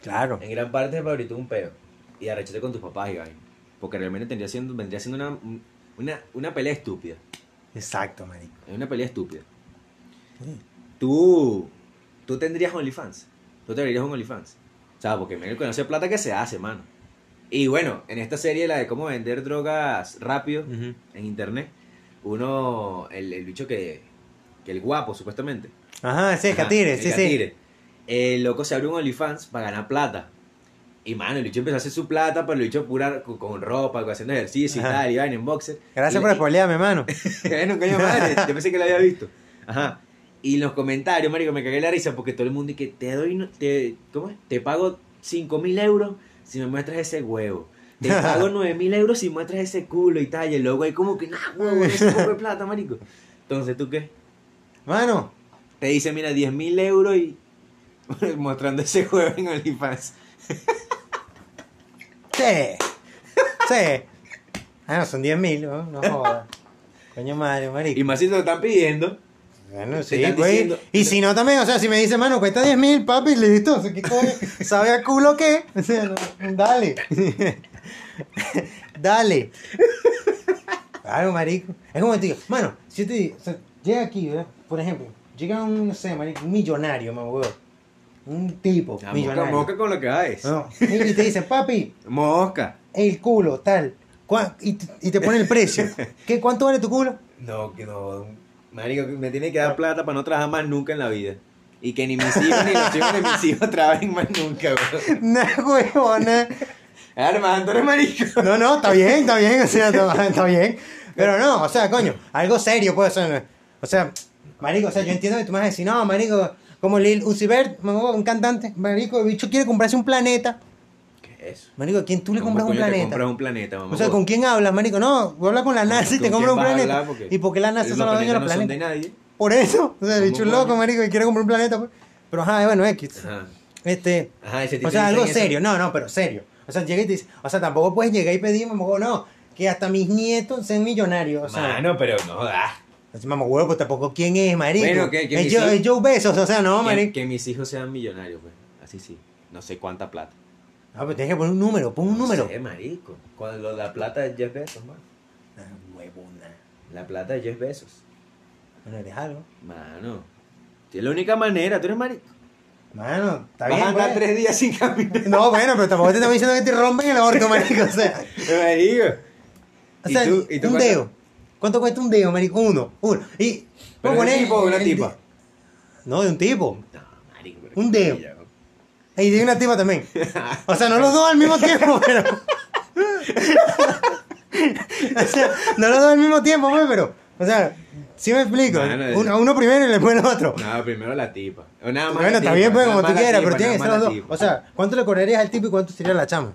S1: Claro.
S2: En gran parte para evitar un peo. Y arrechate con tus papás y vaina. Porque realmente tendría siendo, vendría siendo una, una, una pelea estúpida.
S1: Exacto, marico.
S2: Es una pelea estúpida.
S1: Sí.
S2: Tú, tú tendrías OnlyFans. Tú te abrirías un OnlyFans. O sea, porque menos que no sea plata que se hace, mano. Y bueno, en esta serie, la de cómo vender drogas rápido en internet, uno, el, el bicho que, que el guapo, supuestamente.
S1: Ajá, sí,
S2: Ajá,
S1: Catire,
S2: el
S1: sí, sí.
S2: catire. El loco se abrió un OnlyFans para ganar plata. Y mano, el bicho empezó a hacer su plata, pero el bicho pura con, con ropa, haciendo ejercicio y
S1: Ajá.
S2: tal, y vaina en boxer.
S1: Gracias
S2: Y-
S1: por spoilearme, hermano.
S2: bueno, coño madre, yo pensé que lo había visto. Ajá. Y en los comentarios, marico, me cagué la risa porque todo el mundo y que te doy, no- te, ¿cómo es? Te pago 5 mil euros si me muestras ese huevo. Te pago 9 mil euros si muestras ese culo y tal. Y el loco ahí como que, nah, huevo, es un poco de plata, marico. Entonces, ¿tú qué?
S1: Mano,
S2: Te dice, mira, 10 mil euros y mostrando ese huevo en OnlyFans.
S1: sí. Sí. Ah, no, son 10 mil, no, no jodas. Coño madre, marico.
S2: Y más si te lo están pidiendo.
S1: Bueno,
S2: te
S1: sí,
S2: están
S1: güey.
S2: diciendo-
S1: Y si no también, o sea, si me dice, mano, cuesta 10 mil, papi, listo. o sea, ¿qué coño? ¿Sabe a culo qué? O sea, no, dale. dale. Claro, marico. Es como te digo, mano, si yo te digo, o sea, llega aquí, ¿verdad? Por ejemplo, llega un, no sé, marico, un millonario, mamá, huevo. Un tipo,
S2: Ah, Mosca,
S1: millonario.
S2: mosca con lo que haces.
S1: No, y te dice, papi,
S2: Mosca.
S1: el culo, tal. Cua- Y, t- y te pone el precio. ¿Qué, ¿Cuánto vale tu culo?
S2: No, que no. Marico, que me tiene que dar plata para no trabajar más nunca en la vida. Y que ni mis hijos ni los hijos de mis hijos trabajen más nunca, bro.
S1: Nah, huevona.
S2: Armando, eres marico.
S1: No, no, está bien, está bien, o sea, está, está bien. Pero no, o sea, coño, algo serio puede ser. O sea, marico, o sea, yo entiendo que tú me vas a decir, no, marico, como Lil Uzi Vert, mamá, un cantante, marico, el bicho quiere comprarse un planeta.
S2: ¿Qué es eso?
S1: Marico, ¿a ¿quién tú le
S2: ¿Cómo
S1: compras un
S2: coño te
S1: planeta?
S2: compras un planeta, mamá.
S1: O sea, ¿con quién hablas, marico? No, voy a hablar con la NASA y te
S2: ¿Con
S1: compras un
S2: quién vas a
S1: planeta.
S2: hablar? Porque
S1: ¿Y por qué la NASA
S2: los
S1: solo dueña de los
S2: planetas no son de
S1: planetas?
S2: nadie.
S1: Por eso, o sea, el
S2: ¿Cómo
S1: bicho es
S2: coño?
S1: loco, marico, y quiere comprar un planeta. pues. Pero ajá, bueno, X.
S2: Ajá.
S1: Este,
S2: Ajá, ese tipo
S1: o sea,
S2: dice
S1: algo
S2: eso.
S1: serio, no, no, pero serio. O sea, llega y te dice, o sea, tampoco puedes llegar y pedir, mamá, huevo, no, que hasta mis nietos sean millonarios. O sea,
S2: Mano, pero no da.
S1: así, mamá, huevo, pues tampoco quién es, marico.
S2: Bueno, que- que
S1: es,
S2: mis
S1: Joe,
S2: hijos-
S1: es Joe Bezos, o sea, no,
S2: que,
S1: marico.
S2: que mis hijos sean millonarios, pues. Así sí. No sé cuánta plata.
S1: Ah, pero tienes que poner un número, pon un
S2: No
S1: número.
S2: sé, marico. Con lo- la plata de Jeff Bezos, man.
S1: Ah, huevona.
S2: La plata de Jeff Bezos.
S1: Bueno, eres algo.
S2: Mano. Es la única manera. Tú eres marico.
S1: Mano, está
S2: Vas
S1: bien.
S2: a andar
S1: pues.
S2: tres días sin caminar.
S1: No, bueno, pero tampoco te estamos diciendo que te rompen el orto, marico. O sea,
S2: Marico.
S1: o
S2: ¿Y
S1: sea
S2: tú- y tú
S1: un
S2: cuánto?
S1: dedo. ¿Cuánto cuesta un dedo, marico? Uno, uno. Y,
S2: ¿Pero
S1: vamos a
S2: de un
S1: poner-
S2: tipo o de una
S1: el-
S2: tipa?
S1: No, de un tipo.
S2: No, marico. pero
S1: Un
S2: qué
S1: dedo.
S2: pilla, ¿no?
S1: Y de una tipa también. O sea, no los dos al mismo tiempo, pero. O sea, no los dos al mismo tiempo, pues, pero. O sea, si me explico.
S2: No, no,
S1: uno, uno primero y después el otro.
S2: No, primero la tipa. O nada más
S1: bueno,
S2: la
S1: está bien,
S2: tipa,
S1: pues,
S2: nada
S1: como
S2: más
S1: tú
S2: la
S1: quieras,
S2: tipa,
S1: pero tiene que ser
S2: nada
S1: los
S2: más
S1: dos.
S2: la tipa.
S1: O sea, ¿cuánto le cobrarías al tipo y cuánto sería la chama?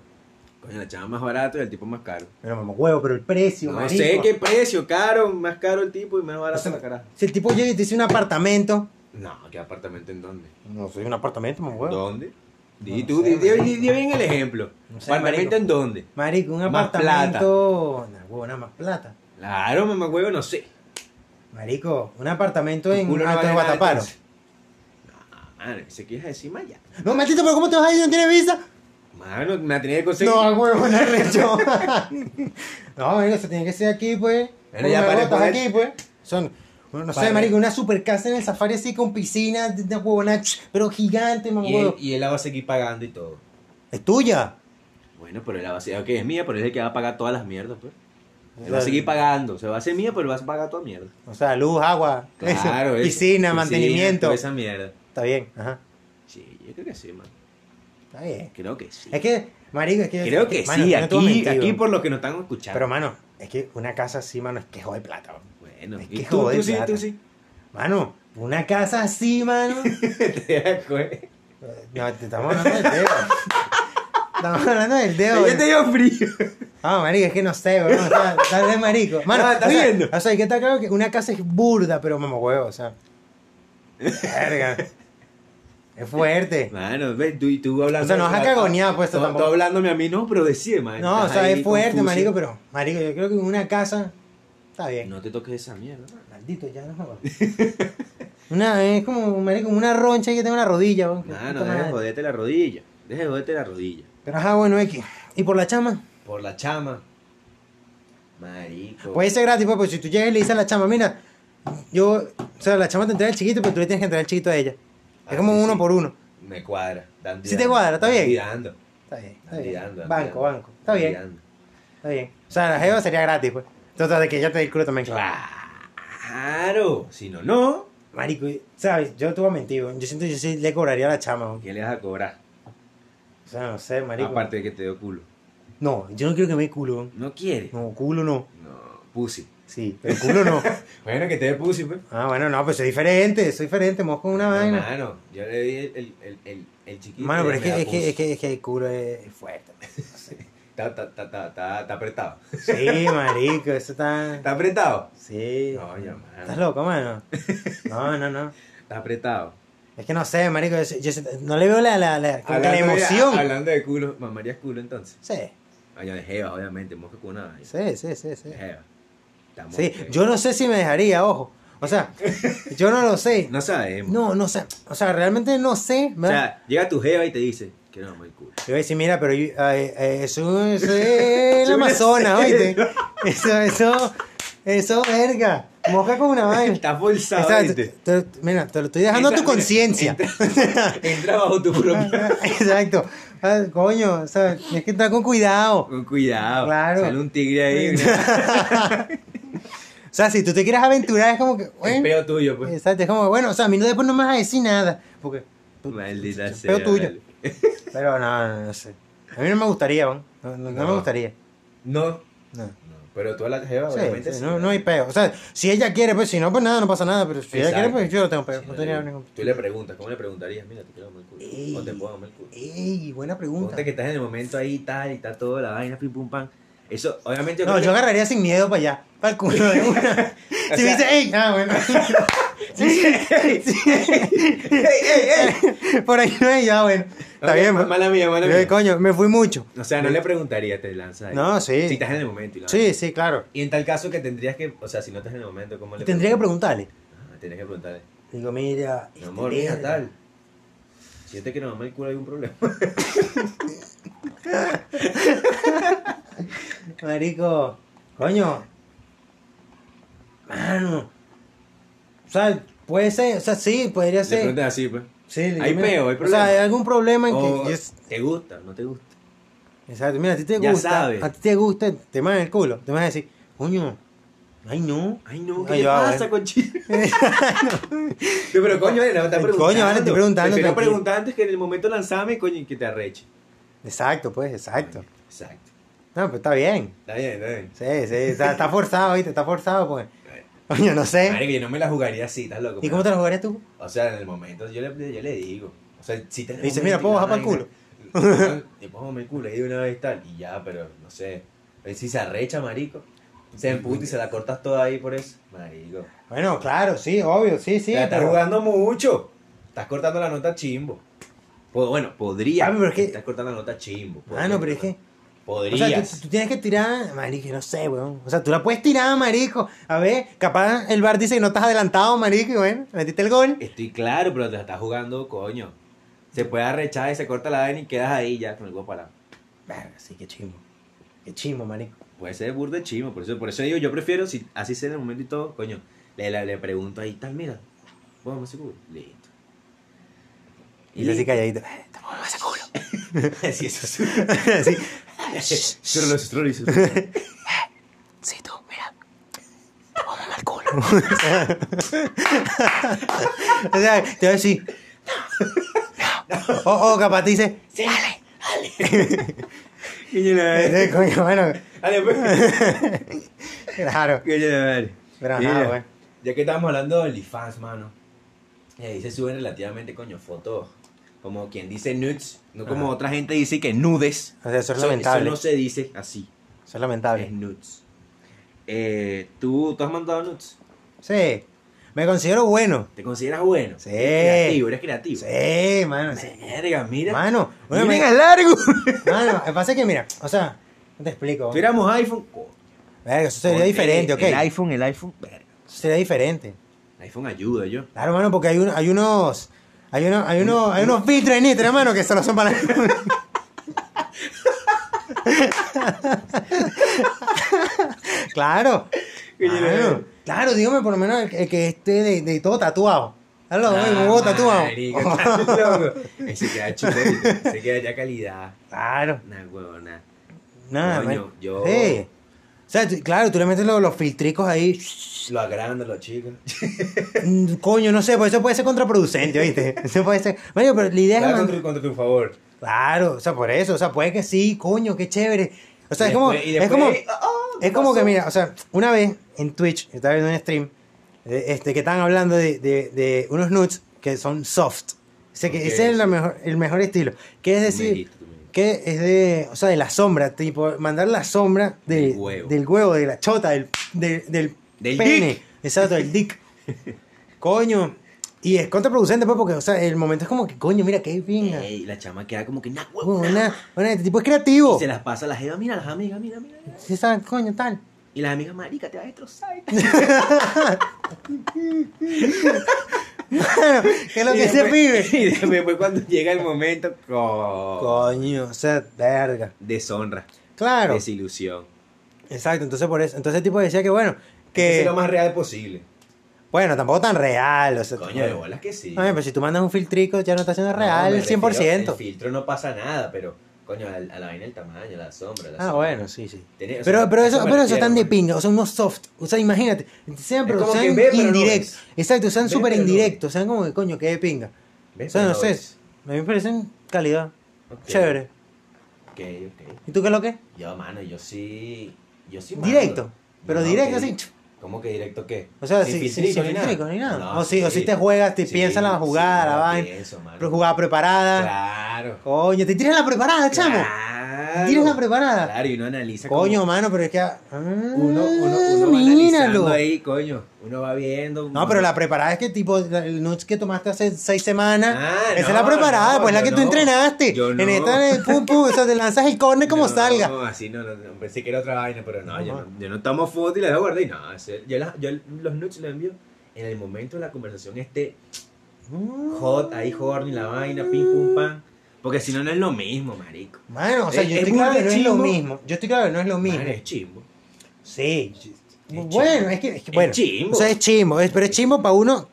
S2: Coño, la chava más barato y el tipo más caro.
S1: Pero mamá, huevo, pero el precio,
S2: No
S1: marico.
S2: sé qué precio, caro, más caro el tipo y menos
S1: O
S2: barato
S1: sea,
S2: la cara.
S1: Si el tipo llega y te dice un apartamento.
S2: No, ¿qué apartamento en dónde?
S1: No soy un apartamento, mamá, huevo.
S2: ¿Dónde? Di
S1: No
S2: tú,
S1: sé,
S2: di, di-
S1: marico.
S2: di- di bien el ejemplo.
S1: No sé,
S2: ¿Apartamento
S1: marico.
S2: en dónde?
S1: Marico, un
S2: Más
S1: apartamento. Nah, huevo, nada más plata.
S2: Claro, mamá huevo, no sé.
S1: Marico, un apartamento
S2: Tu
S1: en
S2: culo no
S1: Alto
S2: vale
S1: de
S2: nada,
S1: Guataparo.
S2: entonces. No, mano, ¿qué se quieres decir Maya?
S1: No, maldito, pero ¿cómo te vas a ir? ¿No tienes visa?
S2: Mano, me la tenía que conseguir.
S1: No, a huevo, la recho. no, marico, se tiene que ser aquí, pues.
S2: Bueno, ya para
S1: botas
S2: poder-
S1: aquí, pues. Son, bueno, no
S2: Para-
S1: sé, marico, una super casa en el safari así con piscina, de de huevona, ch, pero gigante, mamá,
S2: y, él,
S1: huevo.
S2: y él la va a seguir pagando y todo.
S1: Es tuya.
S2: Bueno, pero él la va a seguir. Ok, es mía, pero es el que va a pagar todas las mierdas, pues. Él va a
S1: Claro.
S2: seguir pagando. O sea, va a ser mía, pero vas a pagar toda mierda.
S1: O sea, luz, agua, eso,
S2: es-
S1: piscina, mantenimiento.
S2: toda Esa mierda.
S1: Está bien, ajá.
S2: Sí, yo creo que sí, man.
S1: Está bien.
S2: Creo que sí.
S1: Es que, marico, es que.
S2: creo que
S1: mano,
S2: sí.
S1: yo no te voy a
S2: Aquí,
S1: mentir,
S2: aquí
S1: weón.
S2: por lo que nos están escuchando.
S1: Pero, mano, es que una casa así, mano, es que jode plata, weón.
S2: bueno,
S1: es
S2: y
S1: que
S2: tú,
S1: joder,
S2: tú sí,
S1: plata.
S2: tú sí.
S1: Mano, una casa así, mano.
S2: Te das cuenta.
S1: No, te estamos hablando del dedo. Estamos hablando del dedo.
S2: Yo te
S1: weón.
S2: dio frío.
S1: Ah, marico, es que no sé, weón. Estás está de marico. Mano,
S2: Ah, ¿estás
S1: o sea,
S2: viendo?
S1: O sea, hay que está claro que una casa es burda, pero mamá huevo, o sea. Verga. Es fuerte.
S2: Mano, ves, tú y tú hablando.
S1: O sea, no vas a cagonear, pues,
S2: Tú,
S1: esto
S2: tú
S1: tampoco.
S2: hablándome a mí, no, pero decime, man.
S1: No, o
S2: Estás
S1: sea,
S2: ahí
S1: es fuerte,
S2: confuso.
S1: marico, pero. Marico, yo creo que una casa. Está bien.
S2: No te toques esa mierda. man.
S1: Maldito, ya no jodas. Una, es como, marico, como una roncha y que tengo una rodilla, weón. que puta
S2: Mano, deja de
S1: madre.
S2: joderte la rodilla. Deja de joderte la rodilla.
S1: Pero ajá, bueno, X. ¿Y por la chama?
S2: Por la chama. Marico.
S1: Puede ser gratis, pues, pues, si tú llegas y le dices a la chama, mira, yo, o sea, la chama te entrega el chiquito, pero tú le tienes que entregar el chiquito a ella.
S2: Así
S1: Es como uno
S2: sí.
S1: por uno.
S2: Me cuadra. Dan
S1: Sí te cuadra, está bien.
S2: Tirando.
S1: Está bien, está
S2: Dan
S1: bien.
S2: tirando, dan
S1: banco,
S2: tirando,
S1: banco. Está
S2: dan
S1: bien,
S2: tirando.
S1: está bien. O sea, la jeva sería gratis, pues. Entonces, de que ella te dé el culo también.
S2: Claro. Si no, no.
S1: Marico, y- ¿sabes? Yo te voy a mentir, weón. yo siento que yo sí le cobraría a la chama, weón.
S2: ¿Qué le vas a cobrar?
S1: O sea, no sé, marico.
S2: Aparte de que te dio culo.
S1: No, yo no quiero que me dé culo, weón.
S2: No quiere.
S1: No, culo no.
S2: No. Pussy.
S1: Sí, pero culo no.
S2: Bueno, que te dé pussy, pues.
S1: Ah, bueno, no, pues soy diferente, soy diferente, mojo con una
S2: No,
S1: vaina.
S2: Mano, yo le di el, el, el, el, el chiquito.
S1: Mano, pero
S2: y
S1: es
S2: me da
S1: que, es, que,
S2: pussy.
S1: es, que, es que el culo es fuerte.
S2: Está, está, está, está, está, está apretado.
S1: Sí, marico, eso está...
S2: ¿Está apretado?
S1: Sí.
S2: No, ya, mano.
S1: ¿Estás loco, mano? No, no, no.
S2: Está apretado.
S1: Es que no sé, marico, yo, yo- no le veo la, la, la, como que la
S2: Hablando de-
S1: emoción.
S2: hablando de culo, mamarías culo entonces.
S1: Sí,
S2: Año de Jeva, obviamente, mosca con una vaina.
S1: sí, sí, sí, sí.
S2: Jeva. Estamos
S1: Sí,
S2: Eh, que-
S1: yo no sé si me dejaría, ojo. O sea, yo no lo sé.
S2: No sabemos.
S1: No, no sé. O sea, realmente no sé.
S2: O
S1: ¿verdad?
S2: sea, llega tu Jeva y te dice, que no, el culo.
S1: Yo voy a decir, mira, pero yo- ay, eh, eso es el Amazonas, oíste. Eso, eso, eso, verga. Moja con una vaina.
S2: Está forzado.
S1: Exacto.
S2: ¿viste?
S1: Te- te- mira, te lo estoy dejando a tu
S2: Entra-
S1: conciencia.
S2: Entra, entra bajo tu propio.
S1: Exacto. Ah, coño, o sea, tienes que entrar con cuidado.
S2: Con cuidado.
S1: Claro.
S2: Sale un tigre ahí. una-
S1: O sea, si tú te quieres aventurar, es como que,
S2: El
S1: bueno,
S2: peo tuyo, pues.
S1: exacto, es como que, bueno, o sea, a mí no después no me vas a decir nada. Porque,
S2: Maldita
S1: el
S2: sea.
S1: peo tuyo.
S2: vale.
S1: pero no, no, no sé. A mí no me gustaría, ¿no? No, no- no
S2: No.
S1: me gustaría.
S2: No.
S1: No.
S2: No, Pero tú a la jeva,
S1: Sí,
S2: obviamente.
S1: sí,
S2: sí.
S1: no, no hay peo. O sea, si ella quiere, pues si no, pues nada, no pasa nada. Pero si ella quiere,
S2: Exacto.
S1: pues yo no tengo peo.
S2: Sí,
S1: no
S2: no
S1: tenía
S2: le-
S1: ningún.
S2: Tú le preguntas, ¿cómo le preguntarías? Mira, te quiero mamar el culo.
S1: Ey.
S2: O te puedo mamar el culo.
S1: ¡Ey! Buena pregunta.
S2: Ponte que estás en el momento ahí y tal, y está toda la vaina, pim pum pam. Eso, obviamente.
S1: No,
S2: creo
S1: yo
S2: que-
S1: agarraría sin miedo para allá, para el culo de una.
S2: O
S1: si me
S2: sea-
S1: dice, ¡ey! Ah, bueno.
S2: ¡Ey, ey, ey!
S1: Por ahí no es, ya, bueno. Está
S2: Ok,
S1: bien,
S2: ma-
S1: pues.
S2: Mala mía, mala
S1: Eh,
S2: mía.
S1: coño, me fui mucho.
S2: O sea, no le preguntaría, te lanzas ahí.
S1: No, sí.
S2: Si estás en el momento. Y la vaina.
S1: Sí, sí, claro.
S2: Y en tal caso que tendrías que, o sea, si no estás en el momento, ¿cómo le
S1: Y tendría que preguntarle.
S2: preguntas? Ah, tendrías que preguntarle.
S1: Digo, mira,
S2: pues. Mi amor,
S1: este
S2: mira,
S1: verga.
S2: tal. Si yo te quiero mamar el culo, hay un problema.
S1: Marico, coño. Mano. O sea, puede ser, o sea, sí, podría
S2: Le
S1: ser.
S2: preguntas así, pues.
S1: Sí, le digo,
S2: Hay
S1: mira,
S2: peo, hay
S1: O sea,
S2: problema.
S1: hay algún problema en
S2: O,
S1: que. yes,
S2: ¿Te gusta no te gusta?
S1: exacto, mira, a ti te
S2: Ya
S1: gusta.
S2: sabes.
S1: A ti te gusta, te mandan el culo. Te van a decir, coño, ay no.
S2: Ay, no, ¿qué
S1: Ay,
S2: le
S1: va,
S2: pasa,
S1: bueno.
S2: conchito? No, pero coño, vale, no, está
S1: Coño,
S2: preguntando.
S1: vale, estoy preguntando,
S2: Prefiero
S1: tranquilo.
S2: preguntar antes que en el momento lanzame, coño, y que te arreche.
S1: Exacto, pues, exacto.
S2: Exacto.
S1: No, pero está bien.
S2: Está bien, está bien.
S1: Sí, sí, está, está forzado, ¿viste? Está forzado, pues. Coño, no sé.
S2: Marico, yo no me la jugaría así, estás loco.
S1: ¿Eh? ¿Y cómo te lo jugarías tú?
S2: O sea, en el momento, yo le, yo le digo. O sea, si te.
S1: Y dices, mira, ¿puedo bajar pa'l culo?
S2: Y póngame el culo ahí de una vez tal. Y ya, pero no sé. Pero Si se arrecha, marico. Se emputa y se la cortas toda ahí por eso. Marico.
S1: Bueno, claro, sí, obvio, sí, sí.
S2: Ya estás
S1: pero-
S2: jugando mucho. Estás cortando la nota chimbo. Po- bueno, podría.
S1: Ah, pero es que-
S2: Estás cortando la nota chimbo.
S1: Ah, no, pero es que. O
S2: Podrías.
S1: sea, tú, tú tienes que tirar, marico, no sé, weón. O sea, tú la puedes tirar, marico. A ver, capaz el bar dice que no estás adelantado, marico, y bueno, metiste el gol.
S2: Estoy claro, pero te la estás jugando, coño. Se puede arrechar y se corta la vaina y quedas ahí ya con el huevo para
S1: Verga, sí, qué chimo. Qué chimo, marico.
S2: Puede ser burda de chimo, por eso, por eso digo, yo prefiero, si así sea en el momento y todo, coño, le, le, le pregunto ahí, tal, mira, vamos a hacer culo. Listo.
S1: Y así calladito. "Eh, Te muevo ese culo.
S2: Sí, eso es.
S1: Así.
S2: Pero los stories.
S1: Sí, tú, mira. Te muevo mal culo. o sea, te voy a decir. No. no. O, o capaz te dice.
S2: Sí, dale, dale.
S1: "Eh, Coño, bueno.
S2: Dale, pues.
S1: Claro.
S2: Coño, dale.
S1: Pero ajá,
S2: Mira,
S1: güey.
S2: Ya que estábamos hablando de OnlyFans, mano. Y ahí se suben relativamente, coño, fotos. Como quien dice nudes, no como
S1: Ajá.
S2: otra gente dice que nudes.
S1: O sea, eso es
S2: eso
S1: lamentable.
S2: no se dice así.
S1: Eso es lamentable.
S2: Es nudes. Eh, ¿tú, ¿Tú has mandado nudes?
S1: Sí. Me considero bueno.
S2: ¿Te consideras bueno?
S1: Sí.
S2: Eres creativo, eres creativo.
S1: Sí, mano. sí.
S2: Verga, mira.
S1: Mano, bueno,
S2: Miren
S1: me-
S2: el largo.
S1: mano, lo que pasa es que mira, o sea, no te explico.
S2: Tuviéramos iPhone. co-
S1: Verga, eso sería diferente, ¿ok?
S2: El iPhone, el iPhone. Verga.
S1: Eso sería diferente.
S2: El iPhone ayuda, yo.
S1: Claro, mano, porque hay, un- hay unos. Hay unos, hay unos, hay unos filtros en Instagram, mano, que solo son para. claro. Claro, claro, dígame por lo menos el, el que esté de, de todo tatuado. Claro,
S2: Ah,
S1: me huevo tatuado.
S2: marica, estás loco. Ahí se queda chulo, ¿viste? se queda ya calidad.
S1: Claro.
S2: Una huevona.
S1: Nada,
S2: Coño,
S1: man.
S2: yo-
S1: Sí. O sea, tú- claro, tú le metes los, los filtricos ahí.
S2: Lo agranda, lo chica.
S1: Mm, Coño, no sé, pues eso puede ser contraproducente, ¿oíste? Eso puede ser. Bueno, pero la idea es.
S2: Claro,
S1: man-
S2: contra, contra tu favor.
S1: Claro, o sea, por eso, o sea, puede que sí, coño, qué chévere. O sea, es como.
S2: Después- y
S1: es
S2: después-
S1: como,
S2: ah, ah,
S1: es como que,
S2: pasó.
S1: mira, o sea, una vez en Twitch, estaba viendo un stream, eh, este, que estaban hablando de, de- de unos nudes que son soft. O sea, que
S2: Ok,
S1: ese es la
S2: sí.
S1: mejor, el mejor estilo. Que es
S2: Tú me
S1: decir,
S2: dijiste, tú me dijiste.
S1: que es de, o sea, de la sombra, tipo, mandar la sombra de-
S2: Del huevo.
S1: del huevo, de la chota, del, de- del,
S2: Del
S1: pene,
S2: dick.
S1: exacto, del dick. coño, y es contraproducente, pues, porque, o sea, el momento es como que, coño, mira, qué pinga.
S2: Ey, la chama queda como que nah, huevona.
S1: Una, una, este tipo es
S2: Y
S1: creativo.
S2: se las pasa a las jevas, mira las amigas, mira, mira. mira.
S1: Sí, sabe, coño, tal.
S2: Y las amigas, marica, te vas a destrozar.
S1: Claro, que es lo
S2: Y
S1: que se
S2: después-
S1: pibe.
S2: Y después cuando llega el momento, co-
S1: Coño, o sea, verga.
S2: deshonra,
S1: Claro,
S2: desilusión.
S1: exacto, entonces por eso. Entonces el tipo decía que, bueno,
S2: Que
S1: que.
S2: lo más real posible.
S1: Bueno, tampoco tan real, o sea.
S2: Coño, de bolas que sí.
S1: Ay, pero si tú mandas un filtrico, ya no está siendo real
S2: No, me
S1: el 100%.
S2: refiero, El filtro no pasa nada, pero coño, a, a la vaina el tamaño, la sombra. La
S1: Ah,
S2: sombra.
S1: bueno, sí, sí.
S2: Tiene- o
S1: pero,
S2: sea,
S1: pero
S2: a
S1: eso,
S2: eso me
S1: pero eso
S2: refiero,
S1: están de
S2: man.
S1: pinga, o sea, unos soft. O sea, imagínate, sean, pero
S2: como que
S1: sean
S2: ve, pero no
S1: indirectos.
S2: es.
S1: Exacto, sean
S2: Ve,
S1: súper
S2: pero no
S1: indirectos, sean como que coño, que de pinga.
S2: ¿Ves?
S1: O sea, no
S2: Pero
S1: sé,
S2: es-
S1: a mí me parecen calidad,
S2: ok,
S1: chévere.
S2: Ok, ok.
S1: ¿Y tú qué es lo que?
S2: Yo, mano, yo sí. Yo sí. mando.
S1: Directo, pero
S2: No,
S1: directo
S2: ok.
S1: así.
S2: ¿Cómo que directo qué?
S1: O sea,
S2: Sin
S1: si, si-
S2: filtrico
S1: sin
S2: ni nada.
S1: filtrico ni nada.
S2: No,
S1: o, si, o
S2: sí.
S1: si te juegas, te
S2: Sí,
S1: piensan la
S2: sí,
S1: jugada,
S2: no,
S1: la vaina,
S2: pienso, mano.
S1: pero jugada preparada.
S2: Claro.
S1: Coño, te tiras la preparada, chamo.
S2: Claro.
S1: Tienes la preparada.
S2: Claro, y uno analiza.
S1: Coño,
S2: como-
S1: mano, pero es que. ah,
S2: uno, uno, uno va
S1: míralo.
S2: analizando ahí, coño. Uno va viendo.
S1: No, pero la preparada es que tipo, la- el nuts que tomaste hace seis semanas,
S2: Ah,
S1: esa
S2: no,
S1: es la preparada,
S2: no,
S1: pues la
S2: yo
S1: que tú
S2: no.
S1: entrenaste.
S2: Yo no.
S1: En esta, eh, pum, pum, o sea, te lanzas el corner como
S2: no,
S1: salga.
S2: No, así no, no, no, pensé que era otra vaina, pero no, yo
S1: Ajá.
S2: no, yo no tomo foto y la dejo guardar y no, ese- yo, las- yo los nudes los envío en el momento de la conversación esté hot, ahí horny, la vaina, pim,
S1: Mm.
S2: pum, pam, porque si no, no es lo mismo, marico.
S1: Mano, o sea,
S2: Es-
S1: yo
S2: es
S1: estoy
S2: muy
S1: claro que no es lo
S2: chimbo.
S1: mismo. Yo estoy claro que no es lo mismo.
S2: Mano, es chimbo.
S1: Sí.
S2: Es
S1: bueno,
S2: chimbo.
S1: es que, es que
S2: Es
S1: bueno.
S2: chimbo.
S1: O sea, es chimbo, es- pero es chimbo para uno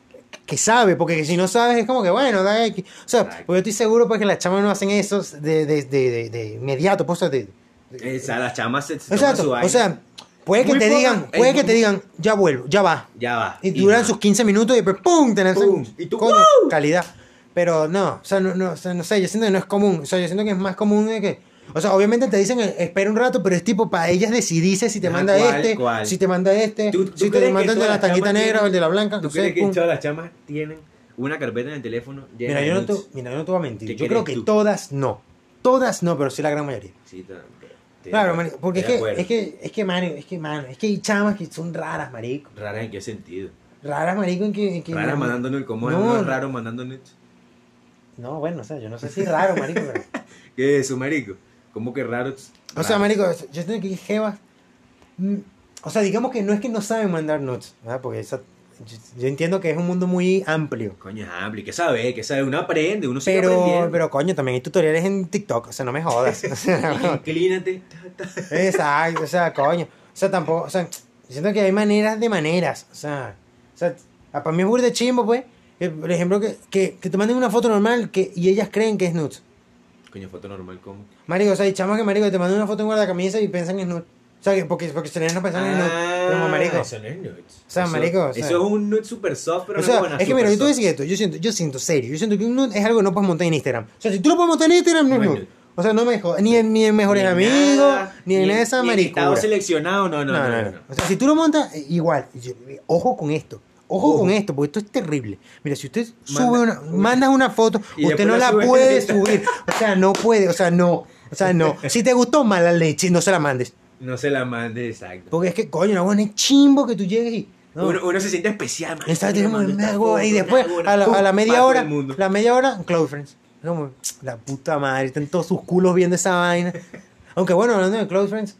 S1: que sabe, porque si no sabes es como que bueno, da X. O sea,
S2: Exacto.
S1: pues yo estoy seguro pues que las chamas no hacen eso de, de, de, de, de inmediato, pues, o sea, de-
S2: O sea, las chamas se, se toman su
S1: Exacto.
S2: vaina.
S1: O sea, puede que
S2: Muy
S1: te
S2: poco-
S1: digan,
S2: es
S1: puede que
S2: muy-
S1: te digan, ya vuelvo, ya va.
S2: ya va.
S1: Y duran
S2: no.
S1: sus 15 minutos y después ¡pum! te lanzan-
S2: ¡Pum! Y tú,
S1: coño,
S2: ¡wow!
S1: calidad. Pero no, o sea, no, no, o sea, no sé, yo siento que no es común. O sea, yo siento que es más común de que, O sea, obviamente te dicen, eh, espera un rato, pero es tipo para ellas decidirse si te
S2: Ajá,
S1: manda
S2: Ah, ¿cuál,
S1: este,
S2: cuál?
S1: si te manda este,
S2: ¿Tú- tú
S1: si
S2: crees
S1: te
S2: que
S1: manda el de
S2: todas
S1: la
S2: las
S1: tanguita
S2: chamas
S1: negra
S2: tienen-
S1: o el de la blanca.
S2: ¿Tú
S1: No
S2: crees
S1: sé,
S2: que
S1: pum.
S2: todas las chamas tienen una carpeta en el teléfono llena
S1: Mira,
S2: de
S1: yo no te,
S2: nudes?
S1: mira, yo no te voy a mentir.
S2: ¿Qué
S1: Yo creo
S2: crees
S1: que
S2: tú?
S1: todas no. Todas no, pero sí la gran mayoría.
S2: Sí, te- te-
S1: Claro, marico, porque es
S2: estoy de
S1: que,
S2: acuerdo.
S1: es que, es que, mano, es que, mano, es que hay chamas que son raras, marico.
S2: ¿Raras en qué sentido?
S1: Raras, marico, en que... en que-
S2: ¿Raras mandando nudes? ¿Cómo es
S1: No.
S2: uno raro mandando nudes?
S1: No, bueno, o sea, yo no sé si raro, marico, pero...
S2: ¿Qué es eso, marico? ¿Cómo que raro?
S1: O sea,
S2: Raro.
S1: marico, yo tengo que ir jevas. mm, O sea, digamos que no es que no saben mandar notes, ¿verdad? Porque esa- yo, yo entiendo que es un mundo muy amplio.
S2: Coño, es amplio. ¿Qué sabe? ¿Qué sabe? Uno aprende, uno sigue
S1: Pero,
S2: aprendiendo.
S1: pero coño, también hay tutoriales en TikTok, o sea, no me jodas. O sea,
S2: Inclínate. ta, ta.
S1: Exacto, o sea, coño. O sea, tampoco, o sea, yo siento que hay maneras de maneras, o sea, o sea, ah, para mí es burda de chimbo, pues. eh, Por ejemplo, que, que, que te manden una foto normal que, y ellas creen que es nudes.
S2: Coño, foto normal, ¿cómo?
S1: Marico, o sea, hay chamos que marico te mandan una foto en guardacamisa y piensan que es nude. O sea, que porque, porque se le no pensaban en nude. Pero,
S2: Ah,
S1: marico.
S2: Eso no es nudes.
S1: O sea,
S2: Eso-
S1: marico, o sea-
S2: Eso es un nude super soft, pero
S1: o
S2: no
S1: sea,
S2: buena,
S1: es que mira, yo
S2: super
S1: te voy a
S2: soft.
S1: decir esto, yo siento, yo siento serio, yo siento que un nude es algo que no puedes montar en Instagram. O sea, si tú lo puedes montar en Instagram, no es
S2: No es
S1: nude.
S2: nude.
S1: O sea, no me jodas, ni en, ni en mejores
S2: Ni en
S1: amigos,
S2: nada,
S1: ni en esa
S2: Ni en estado
S1: maricura.
S2: seleccionado, no, no, no. no, no.
S1: O sea, si tú lo montas, eh, igual, Yo- ojo con esto. Ojo,
S2: Ojo.
S1: con esto, porque esto es terrible. Mira, si usted sube
S2: Manda-
S1: una, mandas una foto,
S2: Y
S1: usted
S2: después
S1: no
S2: la
S1: la
S2: sube en
S1: puede
S2: Instagram.
S1: subir. O sea, no puede, o sea, no. O sea, no. Si te gustó mala leche, no se la mandes.
S2: No se la mande, exacto.
S1: Porque es que, coño, no bueno, es chimbo que tú llegues y. no.
S2: Uno, uno se siente especial, marico,
S1: Exacto,
S2: le
S1: como,
S2: mando
S1: me
S2: esta
S1: hago-
S2: foto,
S1: y
S2: me
S1: después
S2: hago una-
S1: a la,
S2: ¡pum!
S1: a la media
S2: Paso
S1: hora,
S2: del mundo.
S1: la media hora, Close Friends. Es Como, la puta madre, están todos sus culos viendo esa vaina. Aunque bueno, hablando de Close Friends,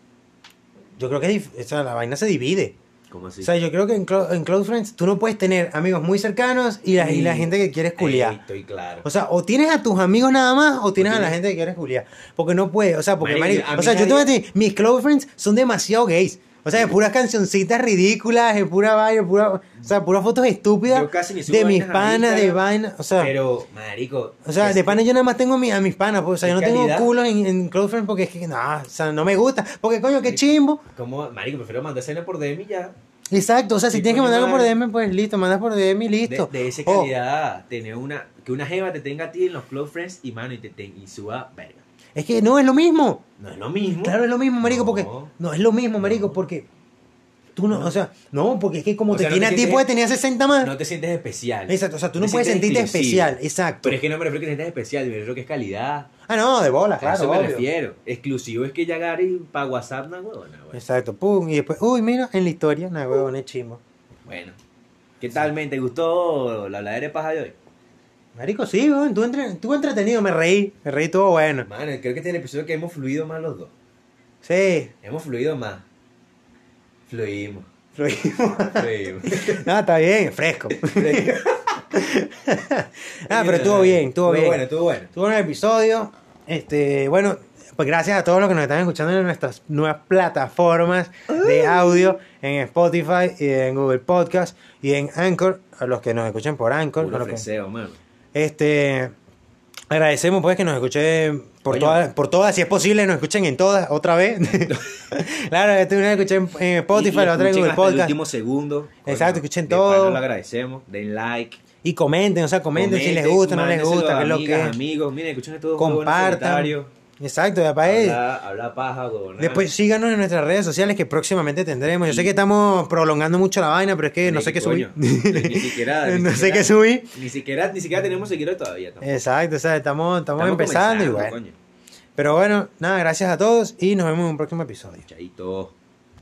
S1: yo creo que dif- o sea, la vaina se divide.
S2: ¿Cómo así?
S1: O sea, yo creo que en, Clo- en Close Friends tú no puedes tener amigos muy cercanos y la, y la
S2: Sí.
S1: gente que quieres culiar.
S2: Ey, Mm. Estoy claro.
S1: O sea, o tienes a tus amigos nada más, o tienes a la
S2: tienes-
S1: gente que quieres culiar. Porque no puedes, o sea, porque
S2: Marico,
S1: marico-
S2: a
S1: o
S2: mí
S1: sea, yo te voy a
S2: nadie-
S1: decir, mis close friends son demasiado gays. O sea, de puras cancioncitas ridículas, de pura vaina, pura, o sea, puras fotos estúpidas
S2: Yo casi ni subo
S1: de mis
S2: vainas a
S1: panas, de
S2: Instagram,
S1: vaina, o sea,
S2: pero, marico.
S1: o sea,
S2: es
S1: de
S2: que-
S1: panas yo nada más tengo a mis, a mis panas, pues, o sea, yo no
S2: ¿Qué
S1: tengo
S2: calidad?
S1: culos en, en close friends porque es que, no, o sea, no me gusta, porque coño, qué chimbo.
S2: ¿Cómo? Marico, prefiero mandársela por DM y ya.
S1: Exacto, o sea, si
S2: Sí,
S1: tienes que
S2: coño,
S1: mandarlo por
S2: madre.
S1: DM, pues listo, mandas por DM y
S2: De,
S1: listo. Oh.
S2: de esa
S1: O-
S2: calidad, tener una, que una jeva te tenga a ti en los close friends y mano y te, te- y suba, verga.
S1: es que no es lo mismo.
S2: No es lo mismo.
S1: Claro, es lo mismo, marico,
S2: No.
S1: porque... No, es lo mismo, marico,
S2: No.
S1: porque... Tú no, o sea, no, porque es que como
S2: O
S1: te
S2: sea, no
S1: tiene
S2: te
S1: a ti,
S2: sientes-
S1: puede tener 60 más.
S2: No te sientes especial.
S1: exacto, o sea, tú no
S2: te
S1: puedes
S2: sientes
S1: sentirte
S2: exclusivo.
S1: especial, exacto.
S2: Pero es que no me refiero a que te sientas especial, me refiero que es calidad.
S1: Ah, no, de bola,
S2: a
S1: claro,
S2: eso me
S1: obvio.
S2: refiero. Exclusivo es que ya Gary para WhatsApp, no, huevona, bueno.
S1: Exacto, pum, y después, uy, mira, en la historia, nah, huevón, es chimbo.
S2: Bueno. ¿Qué tal, men? ¿Te gustó la habladera de paja de hoy?
S1: Marico, sí, weón, tú, entre- tú entretenido, me reí, me reí todo bueno.
S2: Mano, creo que este es el episodio que hemos fluido más los dos.
S1: Sí,
S2: Hemos fluido más. Fluimos.
S1: fluimos.
S2: Fluimos.
S1: no, está bien, fresco. Ah, pero estuvo bien, estuvo bien.
S2: bueno, estuvo bueno.
S1: Estuvo en el episodio. Este, bueno, pues gracias a todos los que nos están escuchando en nuestras nuevas plataformas de audio, en Spotify, y en Google Podcast y en Anchor, a los que nos escuchan por Anchor.
S2: Puro
S1: a los que-
S2: freseo, mano.
S1: este, agradecemos pues que nos escuchen por
S2: Coño.
S1: todas, por todas, si es posible, nos escuchen en todas, otra vez. claro, esta vez escuché en, en Spotify,
S2: Y- y
S1: la otra en
S2: escuchen
S1: Google
S2: hasta El
S1: Podcast.
S2: último segundo.
S1: Exacto, escuchen
S2: de
S1: todo.
S2: pana Lo agradecemos. Den like.
S1: Y comenten, o sea, comenten, si les
S2: comenten,
S1: gusta, no les
S2: mándenselo
S1: gusta,
S2: a
S1: qué es lo que
S2: amigas,
S1: es.
S2: amigos, miren, escuchen estos dos
S1: Compartan.
S2: comentarios.
S1: Exacto, ya para él.
S2: Habla, habla paja, huevona.
S1: Después síganos en nuestras redes sociales que próximamente tendremos. Yo sé que estamos prolongando mucho la vaina, pero es que eh, no
S2: Ni-
S1: sé qué subir.
S2: coño, ni siquiera- ni
S1: no sé
S2: siquiera-
S1: qué subir.
S2: Ni siquiera, ni siquiera tenemos seguidores todavía. tampoco.
S1: Exacto, o sea, estamos, estamos, empezando y
S2: comenzando,
S1: bueno.
S2: coño.
S1: Pero bueno, nada, gracias a todos y nos vemos en un próximo episodio.
S2: Chaito.